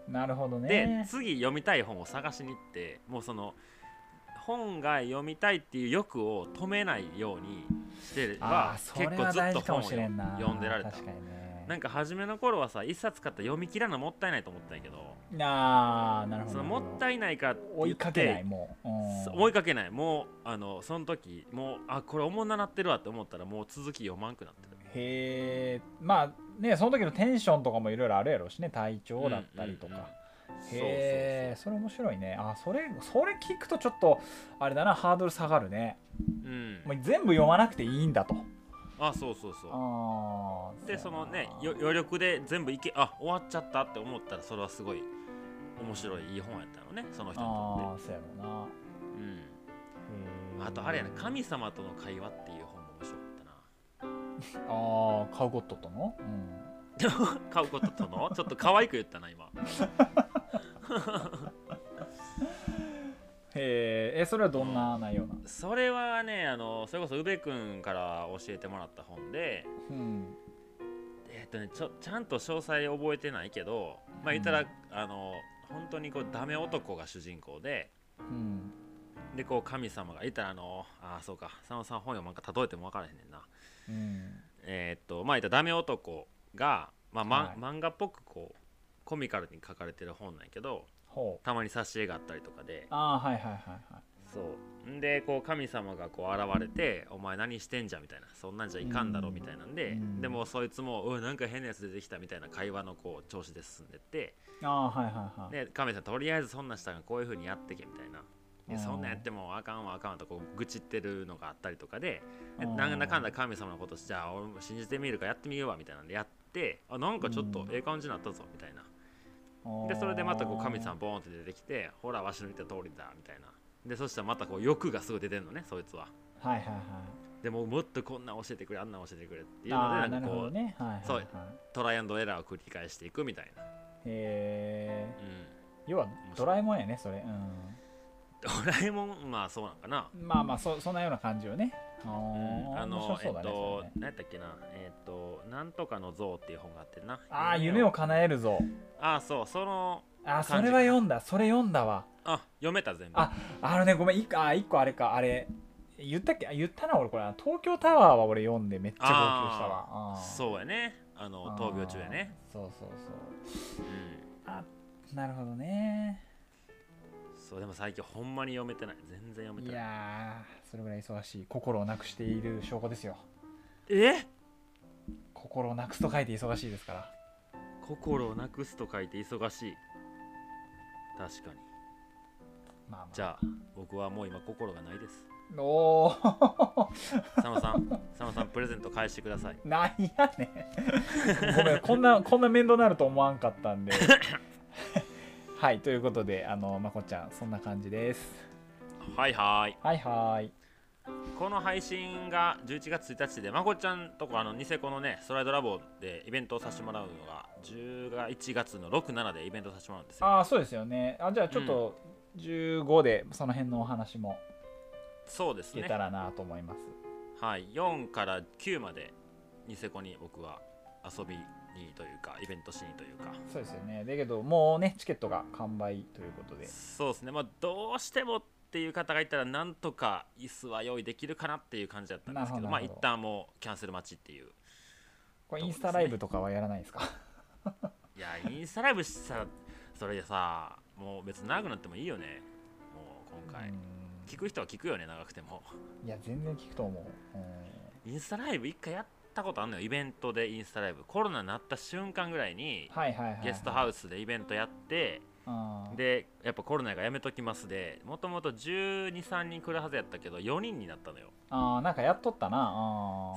なるほどでね次読みたい本を探しに行ってもうその本が読みたいっていう欲を止めないようにしてれあばあそ結れ構はずっ大と事か本をもしれんな読んでられた確かにねなんか初めの頃はさ1冊買ったら読み切らなもったいないと思ったんやけどあーなるほどそのもったいないかって言追っていかけないもう、そううん追いかけないもうあのその時もうあこれおもんななってるわって思ったらもう続き読まんくなってるへえまあねその時のテンションとかもいろいろあるやろうしね体調だったりとか、うんうんうんへえそれ面白いねあそれそれ聞くとちょっとあれだなハードル下がるねそうそうそううんもう全部読まなくていいんだとあそうそうそあうーでそそうやのなねよ余力で全部いけあ終わっちゃったって思ったらそれはすごい面白いいい本やったのねその人にとあっあそうやろうなてうんへーあとあれやな「神様との会話」っていう本も面白かったなああ買うこととの、うん、買うこととのちょ っと可愛く言ったな今へーえそれはどんな内容なの、それはねあのそれこそ宇部君から教えてもらった本でうんえっとねちょちゃんと詳細覚えてないけどまあ言ったら、うんあの本当にこうダメ男が主人公でうん、でこう神様が言ったらあのあーそうか佐野さん本読まんか例えても分からへんねんなうん、えーっとまあ言ったらダメ男が、まあまはい漫画っぽくこうコミカルに書かれてる本なんやけどほうたまに挿絵があったりとかでああーはいはいはいはいそうんでこう神様がこう現れて「お前何してんじゃ」みたいな「そんなんじゃいかんだろ」みたいなんで、うんでもそいつも「うんなんか変なやつ出てきた」みたいな会話のこう調子で進んでってああーはいはいはいで神様とりあえずそんなんしたらこういう風にやってけみたいな。うでんそんなんやってもあかんわあかんわとこう愚痴ってるのがあったりとかででうんなんだかんだ神様のことじゃあ俺も信じてみるかやってみようわみたいなんでやってあなんかちょっとうんええ感じになったぞみたいなあでーそれでまたこう神様ボーンって出てきてほらわしの言った通りだみたいなでそしたらまたこう欲がすごい出てんのねそいつははいはいはいでももっとこんなん教えてくれあんなん教えてくれっていうのああーでななんかるほこどう、ねはいはい、はい、そうトライアンドエラーを繰り返していくみたいな、へえうん、 要はドラえもんやねそれ、ドラえもんまあそうなんかなうん、まあまあそそんなような感じよねあーあ面の、え白そうっだねそとれね、何やったっけな、えっと、なんとかの像っていう本があってな。ああ夢を叶えるぞああ、そう、その、あー感そじれは読んだそれ読んだわあ、読めた全部。ああのねごめん一個あー一個あれかあれ言ったっけあ言ったな俺これ東京タワーは俺読んでめっちゃ号泣したわあーそうやね。あの、あー闘病中やね。そうそうそうん。うなるほどねそう、でも最近ほんまに読めてない。全然読めいてない。やーそれぐらい忙しい心をなくしている証拠ですよえ心をなくすと書いて忙しいですから心をなくすと書いて忙しい。確かに。まあまあじゃあ、僕はもう今心がないです。おお佐野さ ん、佐野さん、プレゼント返してください。なんやねんごめんこんなこんな面倒なると思わんかった んではいということであのまこちゃんそんな感じですはいはい。はいはーいこの配信が11月1日でまこちゃんとこあのニセコのねストライドラボでイベントをさせてもらうのが10が1月の67でイベントさせてもらうんですよああそうですよねあじゃあちょっと15でその辺のお話もそうです聞けねたらなと思います、はい4から9までニセコに僕は遊びにというかイベントしにというかそうですよねだけどもうねチケットが完売ということでそうですねまあどうしてもっていう方がいたらなんとか椅子は用意できるかなっていう感じだったんですけどなるほどまあなる一ほど旦もうキャンセル待ちっていうこれそうインですスねタライブとかはやらないですかいやインスタライブしたらそれでさもう別に長くなってもいいよねもう今回、うん聞く人は聞くよね長くてもいや全然聞くと思う、うんインスタライブ一回やったことあんのよイベントでインスタライブコロナになった瞬間ぐらいにはいはいはいはい、ゲストハウスでイベントやってうんでやっぱコロナがやめときますでもともと1 2 3人来るはずやったけど4人になったのよあーなんかやっとったな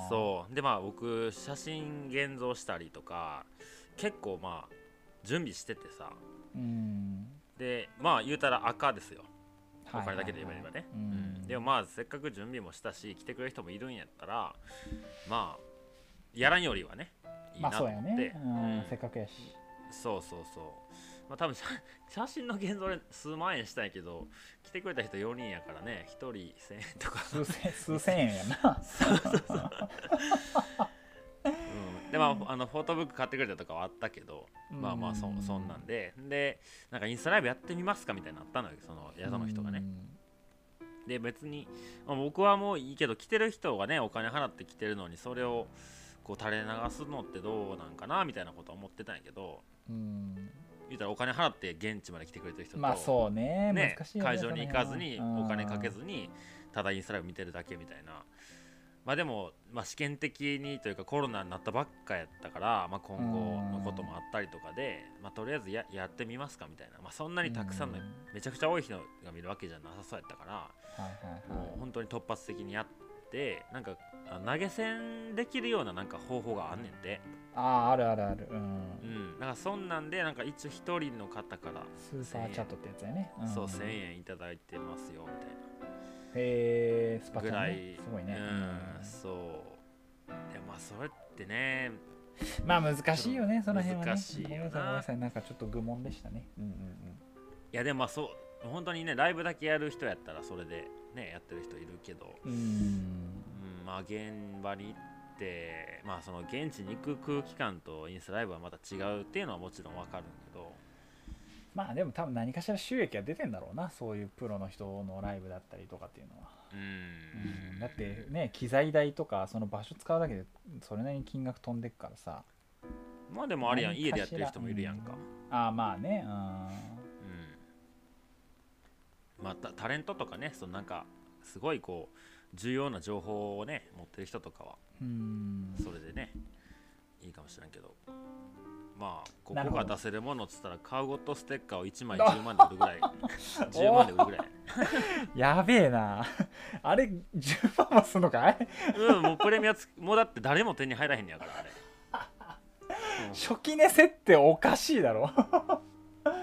あーそうでまあ僕写真現像したりとか結構まあ準備しててさうんでまあ言うたら赤ですよはおいはいはい金だけで言えばね、ううんんでもまあせっかく準備もしたし来てくれる人もいるんやったらまあやらんよりはねいいまなあとそう思やって、ね、うんうんせっかくやしそうそうそうまあ多分写写真の現像で数万円したんやけど来てくれた人4人やからね1人1000円とか、数千数千円やなうん、でまああのフォトブック買ってくれたとかはあったけど まあまあそそんなんででなんかインスタライブやってみますかみたいになったのよその宿の人がねで別に、まあ僕はもういいけど来てる人がねお金払って来てるのにそれをこう垂れ流すのってどうなんかなみたいなことは思ってたんやけどうん言うたらお金払って現地まで来てくれてる人と、まあそうねね難しいよね会場に行かずにその辺はお金かけずにただインスタライブ見てるだけみたいな。まあでも、まあ、試験的にというかコロナになったばっかやったから、まあ、今後のこともあったりとかで、まあ、とりあえずややってみますかみたいな、まあ、そんなにたくさんのうんめちゃくちゃ多い人が見るわけじゃなさそうやったから、うんはいはいはいもう本当に突発的にやってなんかあ投げ銭できるようななんか方法があんねんて、あああるあるあるうんうん、なんかそんなんでなんか一応一人の方から、スーパーチャットってやつやねんそう1000円いただいてますよみたいな。へえスパチぐャらねい、すごいねうんそうでまあそれってねうんまあ難しいよねその辺はね難しいよごめなんなさいごめんなさいなんかちょっと愚問でしたねうんうんいやでもまあそう本当にねライブだけやる人やったらそれでねやってる人いるけど、うんうんうん、まあ現場に行ってまあその現地に行く空気感とインスタライブはまた違うっていうのはもちろんわかるんだけどまあでも多分何かしら収益は出てんだろうなそういうプロの人のライブだったりとかっていうのは、ううんんだってね機材代とかその場所使うだけでそれなりに金額飛んでくからさまあでもあれやん何家かしらでやってる人もいるやんか、ああまあねうんうんまあ、タタレントとかねそのなんかすごいこう重要な情報をね持ってる人とかはうんそれでねいいかもしれんけどまあこなるこほがど出せるものっつったらカーゴットステッカーを1枚あ10万で売る ぐらい10万で売るぐらいやべえな あれ10万もすんのかいうんもうプレミアつもうだって誰も手に入らへんねやから あれ初期値設定おかしいだろ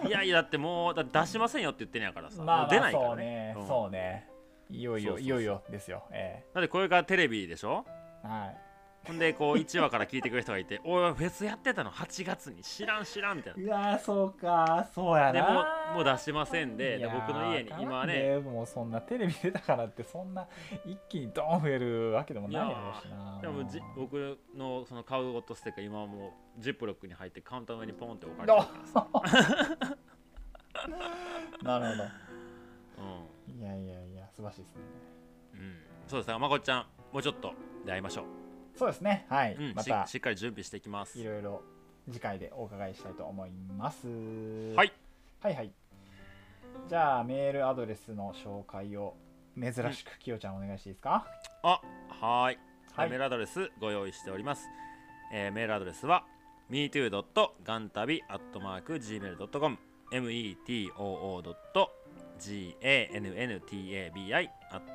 いやいやだってもうだって出しませんよって言ってんねやからさ、まあまあもう出ないかそらうねね、うんそうねいよいよそうそいうそうよいよですよえだってこれからテレビでしょえはいほんでこう1話から聞いてくる人がいて「 おいフェスやってたの8月に知らん知らん」みたいな。うわーそうかそうやでもうもう出ししませんでで僕の家に今はねもうそんなテレビ出たからってそんな一気にドーン増えるわけでもないやろうしなでもじうん僕のそのカウゴットステッカー今はもうジップロックに入ってカウンターの上にポンって置かれてるからさ、 なるほうどいやいやいや素晴らしいですねんうん、そうですねまこっちゃんもうちょっとで会いましょ、そうですねはいううんましたしっかり準備していきますいろいろ次回でお伺いしたいと思いますはいはいはいじゃあメールアドレスの紹介を珍しくきよちゃんお願いしていいですか、あはーい、はいメールアドレスご用意しております、えーメールアドレスは metoo.gantabi.gmail.com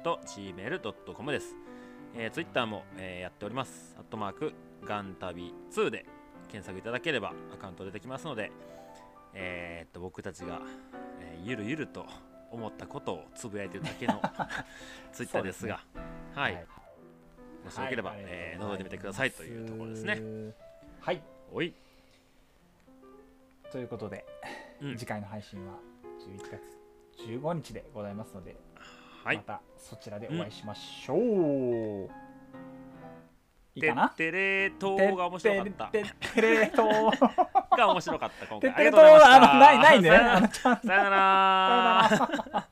metoo.gantabi.gmail.com です、えー、ツイッターも、えーやっておりますアットマークガンタビ2で検索いただければアカウント出てきますのでえーっと僕たちが、えーゆるゆると思ったことをつぶやいてるだけの ツイッターですがはい、もしよければ、えー覗いてみてくださいというところですね。ねはいおい、ということで、うん次回の配信は11月15日でございますので、はいま。たそちらでお会いしましょう、いいかなてってれーとーが面白かった。てってってれーとーが面白かった今てっ回。あてりれがととうございま ーした。あのないないねさよなあらのちゃんとさよなら。さよなら